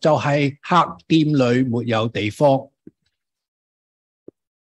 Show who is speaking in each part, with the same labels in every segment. Speaker 1: 就係客店裏沒有地方。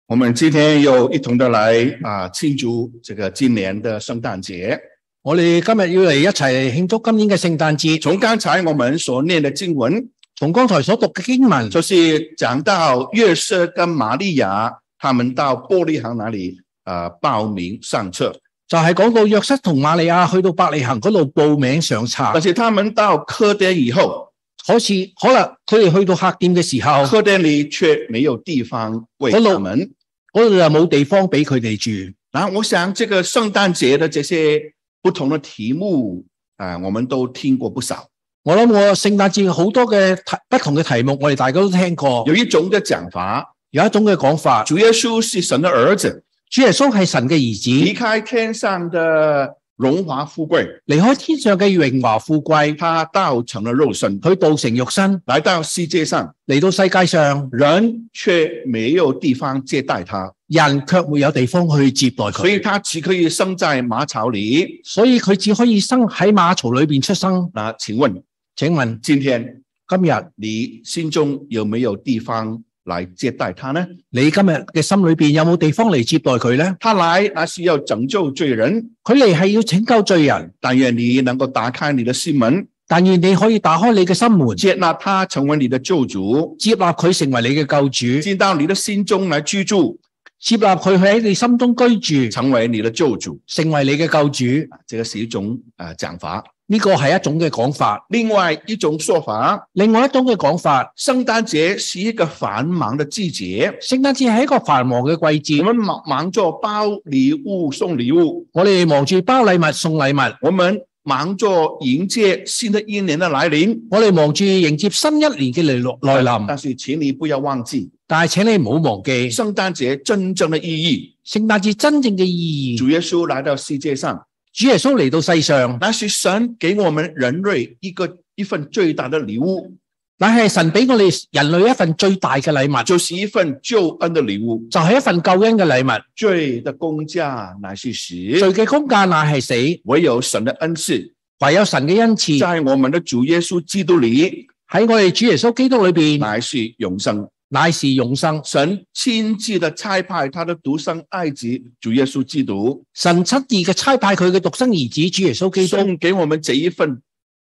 Speaker 2: 我们今天又一同的来啊庆祝这个今年的圣诞节。
Speaker 1: 我哋今日要嚟一齊慶祝今年嘅聖誕節。
Speaker 2: 从刚才我们所念的经文，
Speaker 1: 從剛才所讀嘅經文，
Speaker 2: 就是讲到约瑟跟玛利亚他们到玻璃行那里啊报名上册，
Speaker 1: 就係講到約瑟同瑪利亞去到伯利恒嗰度報名上冊。
Speaker 2: 但是他们到客店以后，
Speaker 1: 可是可能佢哋去到客店嘅時候，
Speaker 2: 客店里却没有地方为
Speaker 1: 我老
Speaker 2: 他们。
Speaker 1: 嗰度就冇地方俾佢哋住。
Speaker 2: 然后我想这个圣诞节的这些不同的题目啊，我们都听过不少。
Speaker 1: 我諗我聖誕節好多嘅題不同嘅題目，我哋大家都聽過。
Speaker 2: 有一种的讲法，
Speaker 1: 有一種嘅講法，
Speaker 2: 主耶稣是神的儿子，
Speaker 1: 主耶穌係神嘅
Speaker 2: 离
Speaker 1: 兒子，
Speaker 2: 开天上的荣华富贵，
Speaker 1: 離開天上嘅榮華富貴，
Speaker 2: 他道成了肉身，
Speaker 1: 佢道成肉身
Speaker 2: 来到世界上，
Speaker 1: 嚟到世界上，
Speaker 2: 人却没有地方接待他，
Speaker 1: 人卻沒有地方去接待
Speaker 2: 所以
Speaker 1: 佢，
Speaker 2: 他只可以生在马槽里。
Speaker 1: 所以佢只可以生喺馬槽裏边出生。
Speaker 2: 那请问，
Speaker 1: 請問
Speaker 2: 今天
Speaker 1: 今日
Speaker 2: 你心中有没有地方来接待他呢？
Speaker 1: 你今日嘅心裏边有冇地方嚟接待佢呢？
Speaker 2: 他来那是要拯救罪人，
Speaker 1: 佢嚟係要拯救罪人，
Speaker 2: 但愿你能够打开你的心门，
Speaker 1: 但願你可以打開你嘅心門，
Speaker 2: 接纳他成为你的救主，
Speaker 1: 接納佢成為你嘅救主，
Speaker 2: 进到你的心中来居住，
Speaker 1: 接納佢喺你心中居住，
Speaker 2: 成为你的救主。
Speaker 1: 成為你嘅救主。
Speaker 2: 啊这个是一种呃讲法。
Speaker 1: 呢個係一種嘅講法。
Speaker 2: 另外一种说法，
Speaker 1: 另外一種嘅講法，
Speaker 2: 圣诞节是一个繁忙的季节，
Speaker 1: 聖誕節係一個繁忙嘅季節，
Speaker 2: 我们忙忙着包礼物、送禮物，
Speaker 1: 我哋忙住包禮物、送禮物，
Speaker 2: 我们忙着迎接新的一年的来临。
Speaker 1: 我哋忙住迎接新一年嘅嚟落來臨。
Speaker 2: 但是请你不要忘記，
Speaker 1: 但係請你唔好忘記，
Speaker 2: 圣诞节真正的意义，
Speaker 1: 聖誕節真正嘅意義，
Speaker 2: 主耶穌来到世界上，
Speaker 1: 主耶穌嚟到世上，
Speaker 2: 那是神给我们人类一个一份最大的礼物，
Speaker 1: 乃係神俾我哋人類一份最大嘅禮物，
Speaker 2: 就是一份救恩的礼物。
Speaker 1: 就係一份救恩嘅禮物。
Speaker 2: 罪的公价乃是死，
Speaker 1: 罪嘅工價乃係死，
Speaker 2: 唯有神的恩赐，
Speaker 1: 唯有神嘅恩賜
Speaker 2: 在我们的主耶穌基督里
Speaker 1: 喺我哋主耶穌基督裏边，
Speaker 2: 乃是永生。
Speaker 1: 乃是永生。
Speaker 2: 神亲自的差派他的独生爱子主耶稣基督，
Speaker 1: 神七意嘅差派佢嘅獨生兒子主耶穌基督。
Speaker 2: 送给我们这一份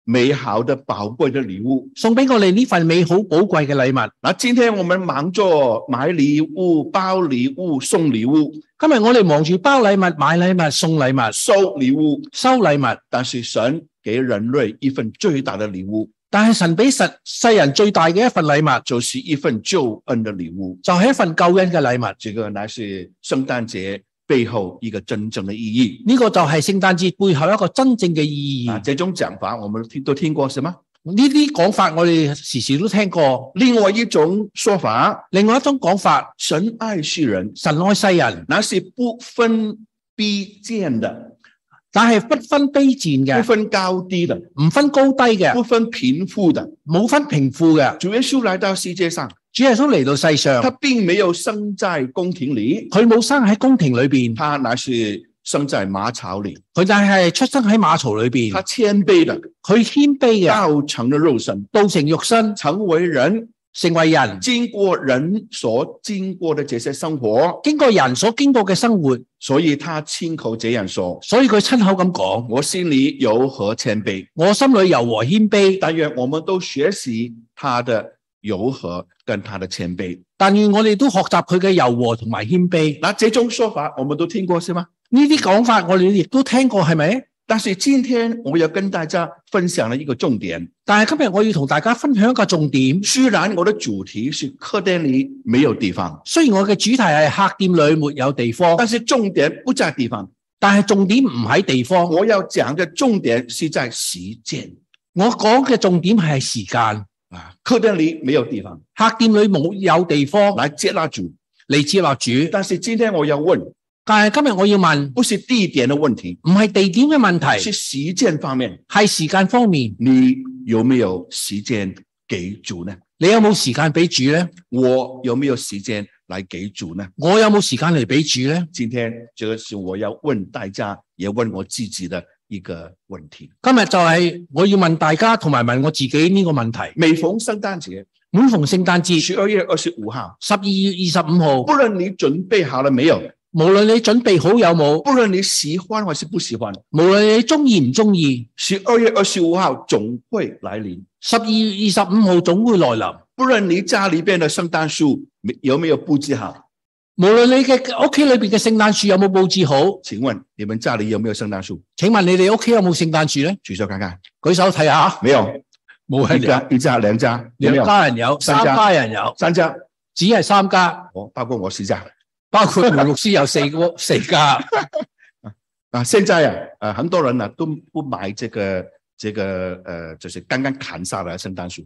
Speaker 2: 美好的宝贵的礼物。
Speaker 1: 送俾我哋呢份美好寶貴嘅禮物。
Speaker 2: 那今天我们忙着买礼物、包礼物、送禮物、
Speaker 1: 今日我哋忙住包禮物、買禮物、送禮物、
Speaker 2: 收禮物，
Speaker 1: 收禮物，
Speaker 2: 但是神给人類一份最大的禮物，
Speaker 1: 但係神俾實世人最大嘅一份禮物，
Speaker 2: 就是一份救恩的禮物。
Speaker 1: 就係一份救恩嘅禮物。
Speaker 2: 这个乃是圣诞节背後一個真正的意義。
Speaker 1: 呢、個就係聖誕節背後一個真正嘅意
Speaker 2: 啊，
Speaker 1: 義。
Speaker 2: 这种講法我們聽都聽過，是嗎？
Speaker 1: 呢啲講法我哋時時都聽過。
Speaker 2: 另外一種說法，
Speaker 1: 另外一種講法，
Speaker 2: 神愛世人，
Speaker 1: 神愛世人，
Speaker 2: 那是不分卑贱的，
Speaker 1: 但係不分卑賤
Speaker 2: 不
Speaker 1: 嘅，
Speaker 2: 分高低的，
Speaker 1: 唔分高低嘅，
Speaker 2: 不分贫富的。
Speaker 1: 冇分貧富嘅。
Speaker 2: 主耶穌来到世界上，
Speaker 1: 主耶穌嚟到世上
Speaker 2: 他，并没有生在宫廷里，
Speaker 1: 佢冇生喺宮廷裏边，
Speaker 2: 他乃是生在马槽里。
Speaker 1: 佢但係出生喺馬槽裏边，
Speaker 2: 他谦卑的
Speaker 1: 佢謙卑嘅。
Speaker 2: 道成了肉身，
Speaker 1: 道成肉身，
Speaker 2: 成为人，
Speaker 1: 成為人，
Speaker 2: 经过人所经过的这些生活，
Speaker 1: 經過人所經過嘅生活，
Speaker 2: 所以他亲口这样说
Speaker 1: 所以佢親口咁：“講：
Speaker 2: 我心里柔和谦卑。
Speaker 1: 我心裏柔和謙”卑。
Speaker 2: 但愿我们都学习他的柔和跟他的谦卑。
Speaker 1: 但願我哋都學習佢嘅柔和同埋謙卑。
Speaker 2: 那这种说法我们都听过是吗？
Speaker 1: 呢啲講法我哋亦都聽過，係咪？
Speaker 2: 但是今天我要跟大家分享的一个重点，
Speaker 1: 但係今日我要同大家分享一個重點。
Speaker 2: 虽然我的主题是客店里没有地方，
Speaker 1: 雖然我嘅主題係客店裏沒有地方，
Speaker 2: 但是重点不在地方，
Speaker 1: 但係重點唔喺地方。
Speaker 2: 我要讲的重点是在时间
Speaker 1: 我講嘅重點係時間。
Speaker 2: 啊。客店里没有地方
Speaker 1: 客店裏冇有地方
Speaker 2: 来接纳主，
Speaker 1: 嚟接納主，
Speaker 2: 但是今天我要问，
Speaker 1: 但係今日我要問，
Speaker 2: 不是地点的问题，
Speaker 1: 唔係地點嘅問題，
Speaker 2: 是时间方面，
Speaker 1: 係時間方面，
Speaker 2: 你有没有时间给主呢？
Speaker 1: 你有冇時間俾主呢？
Speaker 2: 我有没有时间来给主呢？
Speaker 1: 我有冇時間嚟俾主呢？
Speaker 2: 今天这个是我要问大家，也问我自己的一个问题。
Speaker 1: 今日就係我要問大家，同埋問我自己呢個問題。
Speaker 2: 每逢圣诞节，
Speaker 1: 每逢聖誕節
Speaker 2: 十二月二十五号，
Speaker 1: 十二月二十五號，
Speaker 2: 不论你准备好了没有，
Speaker 1: 無論你準備好有冇，
Speaker 2: 不论你喜欢还是不喜欢，
Speaker 1: 無論你中意唔中意，
Speaker 2: 十二月二十五号总会来临。
Speaker 1: 十二月二十五號總會來臨。
Speaker 2: 不论你家里边的圣诞树没有没有布置好，
Speaker 1: 無論你嘅屋企裏边嘅聖誕樹有冇佈置好，
Speaker 2: 请问你们家里有没有圣诞树？
Speaker 1: 請問你哋屋企有冇聖誕樹咧？
Speaker 2: 举手看看，
Speaker 1: 舉手睇下，
Speaker 2: 没有，
Speaker 1: 冇
Speaker 2: 一家、一家、两家，有
Speaker 1: 兩
Speaker 2: 没有？
Speaker 1: 家人有，
Speaker 2: 三
Speaker 1: 三
Speaker 2: 家
Speaker 1: 家人有，
Speaker 2: 三家，
Speaker 1: 只係三家，
Speaker 2: 我包括我十家
Speaker 1: 包括胡律師有四個四家。
Speaker 2: 啊。现在呀、啊，呃，很多人呢、都不买这个这个呃，就是刚刚砍下来的啊圣诞树，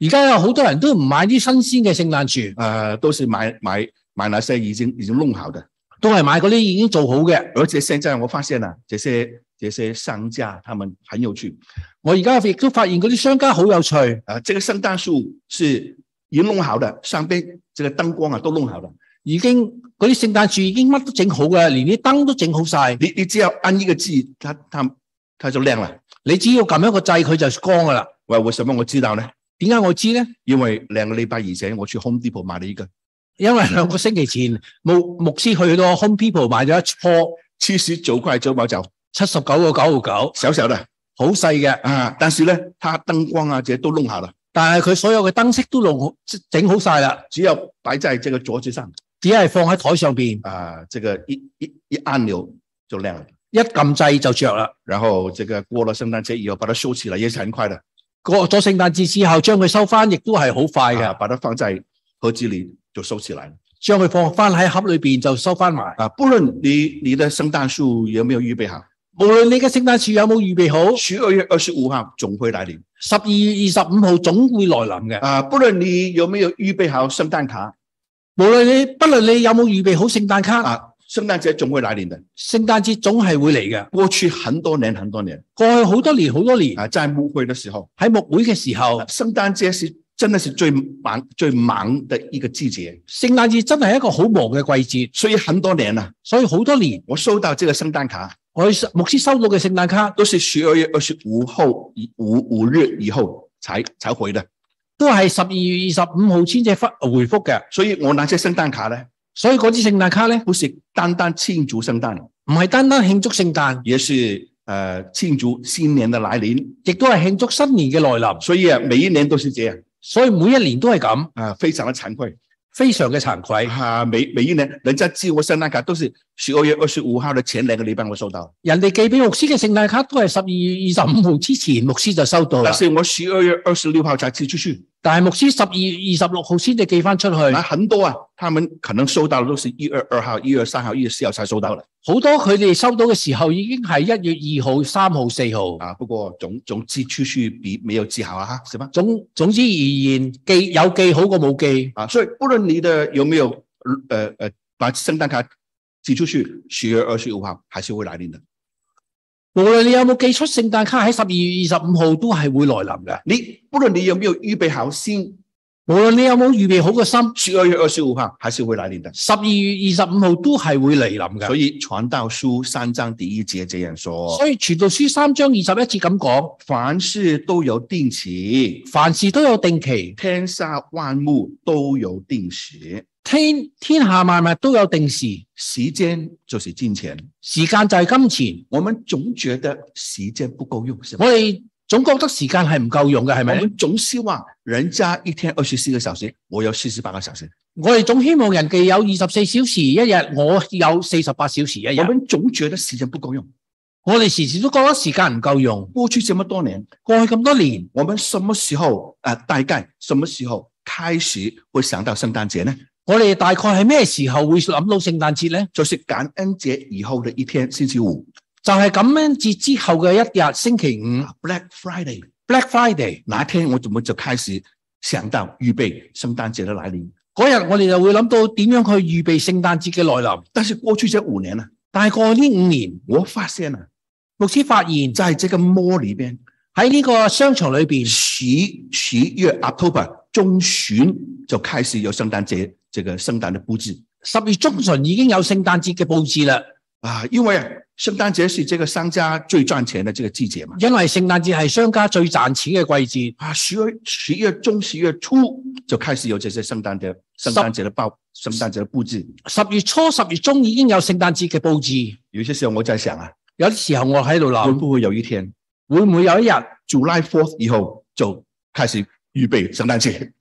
Speaker 1: 而家有好多人都唔買啲新鮮嘅聖誕樹，
Speaker 2: 呃，都是买买买那些已经已经弄好的。
Speaker 1: 都係買嗰啲已經做好嘅。
Speaker 2: 而且现在我发现呢、啊这些这些商家他们很有趣，
Speaker 1: 我而家亦都發現嗰啲商家好有趣，而
Speaker 2: 啊，这个圣诞树是已经弄好的，上边这个灯光啊都弄好了，
Speaker 1: 已經嗰啲聖誕樹已經乜都整好嘅，連啲燈都整好晒。
Speaker 2: 你你只要按一个字，它它它就亮了。
Speaker 1: 你只要撳一個掣，佢就光噶啦。
Speaker 2: 我为什么我知道呢？
Speaker 1: 點解我知咧？
Speaker 2: 因为两个礼拜以前我去 Home Depot 买了一个
Speaker 1: 因為兩個星期前牧牧師去到 Home People 買咗一棵
Speaker 2: 七十九块九毛九，
Speaker 1: 七十九個九毫九，
Speaker 2: 小小的
Speaker 1: 好細嘅，
Speaker 2: 啊，但是呢，它灯光啊这些都弄好了，
Speaker 1: 但係佢所有嘅燈飾都弄好整好晒啦，
Speaker 2: 只要摆在这个桌子上
Speaker 1: 只係放喺台上邊，
Speaker 2: 啊，这个一一一按钮就亮了。
Speaker 1: 一撳掣就着啦。
Speaker 2: 然后这个过了圣诞节以后，把它收起来也是很快的。
Speaker 1: 過咗聖誕節之後，將佢收翻，亦都係好快
Speaker 2: 啊，
Speaker 1: 嘅，
Speaker 2: 把它放在盒子里就收起来了。
Speaker 1: 將佢放翻喺盒裏邊就收翻埋。
Speaker 2: 啊，不论你你的圣诞树有没有预备好，
Speaker 1: 無論你嘅聖誕樹有冇預備好，
Speaker 2: 十二月二十五号总会来临。
Speaker 1: 十二月二十五號總會來臨嘅。
Speaker 2: 啊，不论你有没有预备好圣诞卡，
Speaker 1: 無論你不論你有冇預備好聖誕卡，
Speaker 2: 啊，圣诞节总会来临的。
Speaker 1: 聖誕節總係會嚟嘅。
Speaker 2: 过去很多年很多年
Speaker 1: 過去好多年好多年
Speaker 2: 啊，在牧会的时候，
Speaker 1: 喺牧會嘅時候
Speaker 2: 啊，圣诞节是真的是最忙最忙的一个季节，
Speaker 1: 聖誕節真係一個好忙嘅季節，
Speaker 2: 所以很多年了、啊
Speaker 1: 所以好多年
Speaker 2: 我收到这个圣诞卡
Speaker 1: 我牧師收到嘅聖誕卡
Speaker 2: 都是十二月二十五后以五五日以后才才回的，
Speaker 1: 都係十二月二十五號先至發回覆嘅，
Speaker 2: 所以我拿这圣诞卡呢，
Speaker 1: 所以嗰支聖誕卡咧
Speaker 2: 不是单单庆祝圣诞。
Speaker 1: 唔係單單慶祝聖誕，
Speaker 2: 也是呃庆祝新年的来临，
Speaker 1: 亦都係慶祝新年嘅來臨，
Speaker 2: 所以啊，每一年都是这样
Speaker 1: 所以每一年都係咁，
Speaker 2: 啊、非常的惭愧
Speaker 1: 非常嘅慚愧。
Speaker 2: 啊，每每一年人家寄我圣诞卡都是十二月二十五号的前两个礼拜我收到，
Speaker 1: 人哋寄俾牧師嘅聖誕卡都係十二月二十五號之前，牧師就收到啦
Speaker 2: 但。是我十二月二十六号才寄出去。
Speaker 1: 但係牧師十二月二十六號先至寄翻出去，
Speaker 2: 那很多啊，他们可能收到的都是一二二号、一二三号、一二四号才收到的
Speaker 1: 好多佢哋收到嘅時候已經係一月二號、三號、四號。
Speaker 2: 啊。不过总总寄出去比没有寄好啊，是吧？
Speaker 1: 總總之而言，寄有寄好過冇寄。
Speaker 2: 啊，所以不论你的有没有呃呃把圣诞卡寄出去，十月二十五号还是会来临的。
Speaker 1: 無論你有冇寄出聖誕卡，喺十二月二十五號都係會來臨嘅。
Speaker 2: 你不论你有没有预备好心，
Speaker 1: 無論你有冇預備好個心，
Speaker 2: 十二月二十五号还是会来临的。
Speaker 1: 十二月二十五號都係會嚟臨嘅。
Speaker 2: 所以《哦传道书》三章第一节这样说
Speaker 1: 所以傳道書三章二十一節咁講：：“
Speaker 2: 凡事都有定期，
Speaker 1: 凡事都有定期，
Speaker 2: 天下万物都有定时。
Speaker 1: 天天下萬物都有定時，
Speaker 2: 时间就是金钱，
Speaker 1: 時間就係金
Speaker 2: 我们总觉得时间不够用，是
Speaker 1: 錢。
Speaker 2: 吧？
Speaker 1: 我哋總覺得時間係唔夠用嘅，係
Speaker 2: 我
Speaker 1: 咪？
Speaker 2: 们总希望人家一天二十四个小时，我有四十八个小时。
Speaker 1: 我哋總希望人哋有二十四小時一日，我有四十八小時一日
Speaker 2: 我。们總覺得時間不夠用。
Speaker 1: 我哋時時都覺得時間唔夠用。
Speaker 2: 過去這麼多年，
Speaker 1: 過去咁多年，
Speaker 2: 我們什麼時候啊、呃大概什麼時候開始會想到聖誕節呢？
Speaker 1: 我哋大概係咩時候會諗到聖誕節呢？
Speaker 2: 就是感恩节以后的一天，星期五
Speaker 1: 就係感恩節之後嘅一日，星期五
Speaker 2: 啊，Black Friday
Speaker 1: （Black Friday）
Speaker 2: 那天，我怎么就开始想到预备圣诞节的来临？
Speaker 1: 嗰日，我哋就會諗到點樣去預備聖誕節嘅來臨。
Speaker 2: 但是过去这五年呢、
Speaker 1: 但係過去呢五年，
Speaker 2: 我发现了、
Speaker 1: 牧師發現
Speaker 2: 在这个 mall 里边，
Speaker 1: 喺呢個商場裏面，
Speaker 2: 十十月 October 中旬就开始有圣诞节这个圣诞的布置，
Speaker 1: 十月中旬已經有聖誕節嘅佈置啦。
Speaker 2: 啊，因为啊圣诞节是这个商家最赚钱的这个季节嘛。
Speaker 1: 因為聖誕節係商家最賺錢嘅季
Speaker 2: 啊，十月十一月中、十一月初就开始有这些圣诞的圣诞节的报、圣诞节的布置。
Speaker 1: 節，十月初、十月中已經有聖誕節嘅佈置。
Speaker 2: 有些时候我在想啊，
Speaker 1: 有啲時候我喺度
Speaker 2: 会
Speaker 1: 諗，
Speaker 2: 不会有一天
Speaker 1: 會唔會有一日
Speaker 2: July Fourth 以后就开始预备圣诞节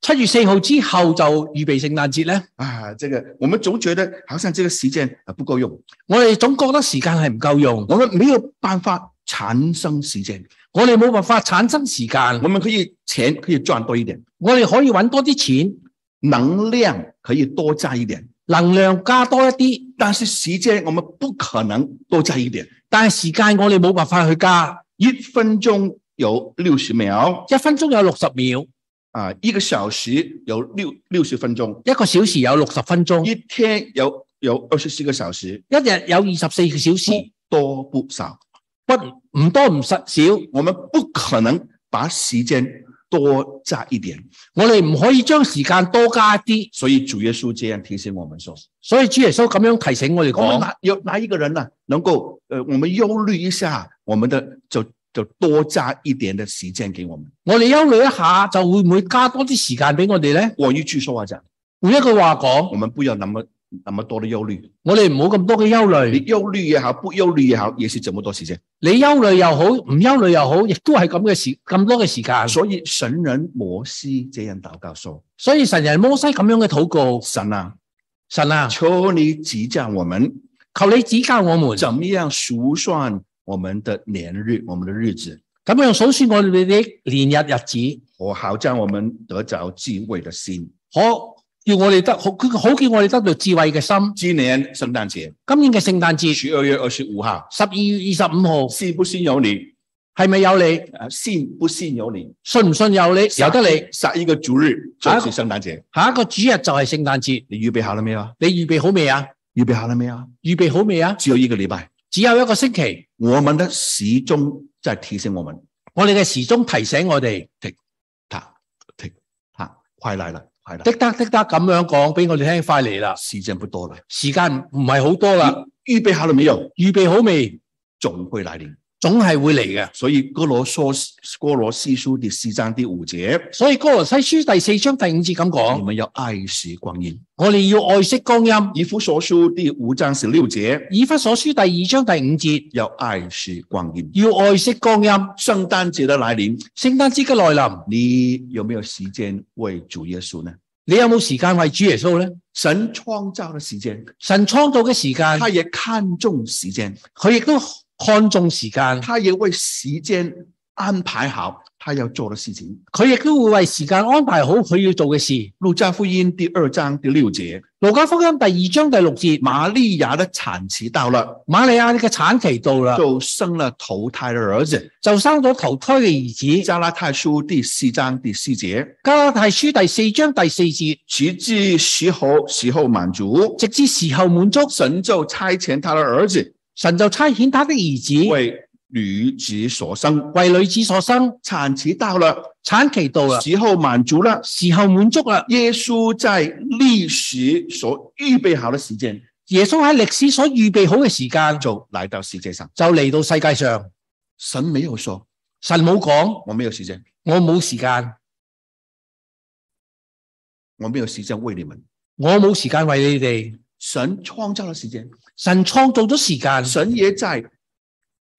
Speaker 1: 七月四號之後就預備聖誕節咧？
Speaker 2: 啊？这个我们总觉得好像这个时间啊不够用，
Speaker 1: 我哋總覺得時間係唔夠用，
Speaker 2: 我们没有办法产生时间，
Speaker 1: 我哋冇辦法產生時間，
Speaker 2: 我们可以钱可以赚多一点，
Speaker 1: 我哋可以揾多啲錢，
Speaker 2: 能量可以多加一点，
Speaker 1: 能量加多一啲，
Speaker 2: 但是时间我们不可能多加一点，
Speaker 1: 但係時間我哋冇辦法去加。
Speaker 2: 一分钟有六十秒。
Speaker 1: 一分鐘有六十秒，
Speaker 2: 啊，一个小时有六六十分钟，
Speaker 1: 一個小時有六十分鐘，
Speaker 2: 一天有有二十四个小时，
Speaker 1: 一日有二十四個小時，
Speaker 2: 多不少。
Speaker 1: 不唔多唔實少。
Speaker 2: 我们不可能把时间多加一点，
Speaker 1: 我哋唔可以將時間多加一啲，
Speaker 2: 所以主耶稣这样提醒我们说：，
Speaker 1: 所以主耶穌咁樣提醒我哋
Speaker 2: 我们
Speaker 1: 講，
Speaker 2: 哪有哪一个人呢、能够呃，我们忧虑一下，我们的就就多加一点的时间给我们。
Speaker 1: 我哋憂慮一下，就會唔會加多啲時間俾我哋咧？
Speaker 2: 我一句说话讲，
Speaker 1: 換一句話
Speaker 2: 啊
Speaker 1: 講，
Speaker 2: 我们不要那么那么多的忧虑，
Speaker 1: 我哋唔好咁多嘅憂
Speaker 2: 你
Speaker 1: 慮。
Speaker 2: 忧虑也好，不忧虑也好，也是这么多时间。
Speaker 1: 你憂慮又好，唔憂慮又好，亦都係咁嘅時咁多嘅時間。
Speaker 2: 所以神人摩西这样祷告说：，
Speaker 1: 所以神人摩西咁樣嘅禱告，
Speaker 2: 神啊。
Speaker 1: 神啊，
Speaker 2: 求你指教我们
Speaker 1: 求你指教我們，
Speaker 2: 怎么样数算我们的年日，我们的日子，
Speaker 1: 咁樣數算我哋嘅年日日子，
Speaker 2: 我好叫我们得着智慧的心。
Speaker 1: 可要我哋得好，好叫我哋得到智慧嘅心。
Speaker 2: 今年圣诞节
Speaker 1: 今年嘅聖誕節，
Speaker 2: 十二月二十五号，
Speaker 1: 十二月二十五號，
Speaker 2: 信不信由你，
Speaker 1: 係咪有你？
Speaker 2: 啊，信不信由你，
Speaker 1: 信唔信由你，由得你。
Speaker 2: 下一个主日就是圣诞节，
Speaker 1: 下一個主日就係聖誕節，
Speaker 2: 你预备好了没有？
Speaker 1: 你預備好未啊？
Speaker 2: 预备好了没有？
Speaker 1: 預備好未啊？
Speaker 2: 只有一个礼拜，
Speaker 1: 只有一個星期，
Speaker 2: 我们的时钟在提醒我们，
Speaker 1: 我哋嘅時鐘提醒我哋，
Speaker 2: 他，他，他快来了，快来了，
Speaker 1: 滴答滴答咁樣講俾我哋聽，快嚟啦！
Speaker 2: 时间不多了，
Speaker 1: 時間唔唔係好多啦，
Speaker 2: 你预备好了没有？
Speaker 1: 預備好未？
Speaker 2: 总会来临。
Speaker 1: 總係會嚟嘅。
Speaker 2: 所以哥罗说哥罗西书第四章第五节，
Speaker 1: 所以哥羅西書第四章第五節咁
Speaker 2: 你
Speaker 1: 講，
Speaker 2: 们要爱惜光阴；
Speaker 1: 我哋要愛惜光陰。
Speaker 2: 以弗所书第五章十六节，
Speaker 1: 以弗所書第二章第五節，
Speaker 2: 要爱惜光阴。
Speaker 1: 要愛惜光陰。
Speaker 2: 圣诞节的来临，
Speaker 1: 聖誕節嘅來臨，
Speaker 2: 你有没有时间为主耶稣呢？
Speaker 1: 你有冇時間為主耶穌呢？
Speaker 2: 神创造的时间，
Speaker 1: 神創造嘅時間，
Speaker 2: 他也看重时间，
Speaker 1: 佢亦都看重時間。
Speaker 2: 他也为时间安排好他要做的事情。
Speaker 1: 佢亦都會為時間安排好佢要做嘅事。
Speaker 2: 路加福音第二章第六节，
Speaker 1: 路加福音第二章第六節，
Speaker 2: 玛利亚的产期到了，
Speaker 1: 瑪利亞嘅產期到啦，
Speaker 2: 就生了投胎的儿子。
Speaker 1: 就生咗頭胎嘅兒子。
Speaker 2: 加拉太书第四章第四节，
Speaker 1: 加拉太書第四章第四節，
Speaker 2: 直至时候时候满足，
Speaker 1: 直至時候滿足，
Speaker 2: 神就差遣他的儿子
Speaker 1: 神就差遣他的兒子
Speaker 2: 为女子所生。
Speaker 1: 為女子所生。
Speaker 2: 产期到了，
Speaker 1: 產期到啦，
Speaker 2: 时候满足了，
Speaker 1: 時候滿足啦。
Speaker 2: 耶稣在历史所预备好的时间
Speaker 1: 耶穌喺歷史所預備好嘅時間
Speaker 2: 就来到世界上。
Speaker 1: 就嚟到世界上。
Speaker 2: 神没有说
Speaker 1: 神冇講，
Speaker 2: 我没有时间，
Speaker 1: 我冇時間，
Speaker 2: 我没有时间为你们。
Speaker 1: 我冇時間為你哋。
Speaker 2: 神创造了时间，
Speaker 1: 神創造咗時間，
Speaker 2: 神也在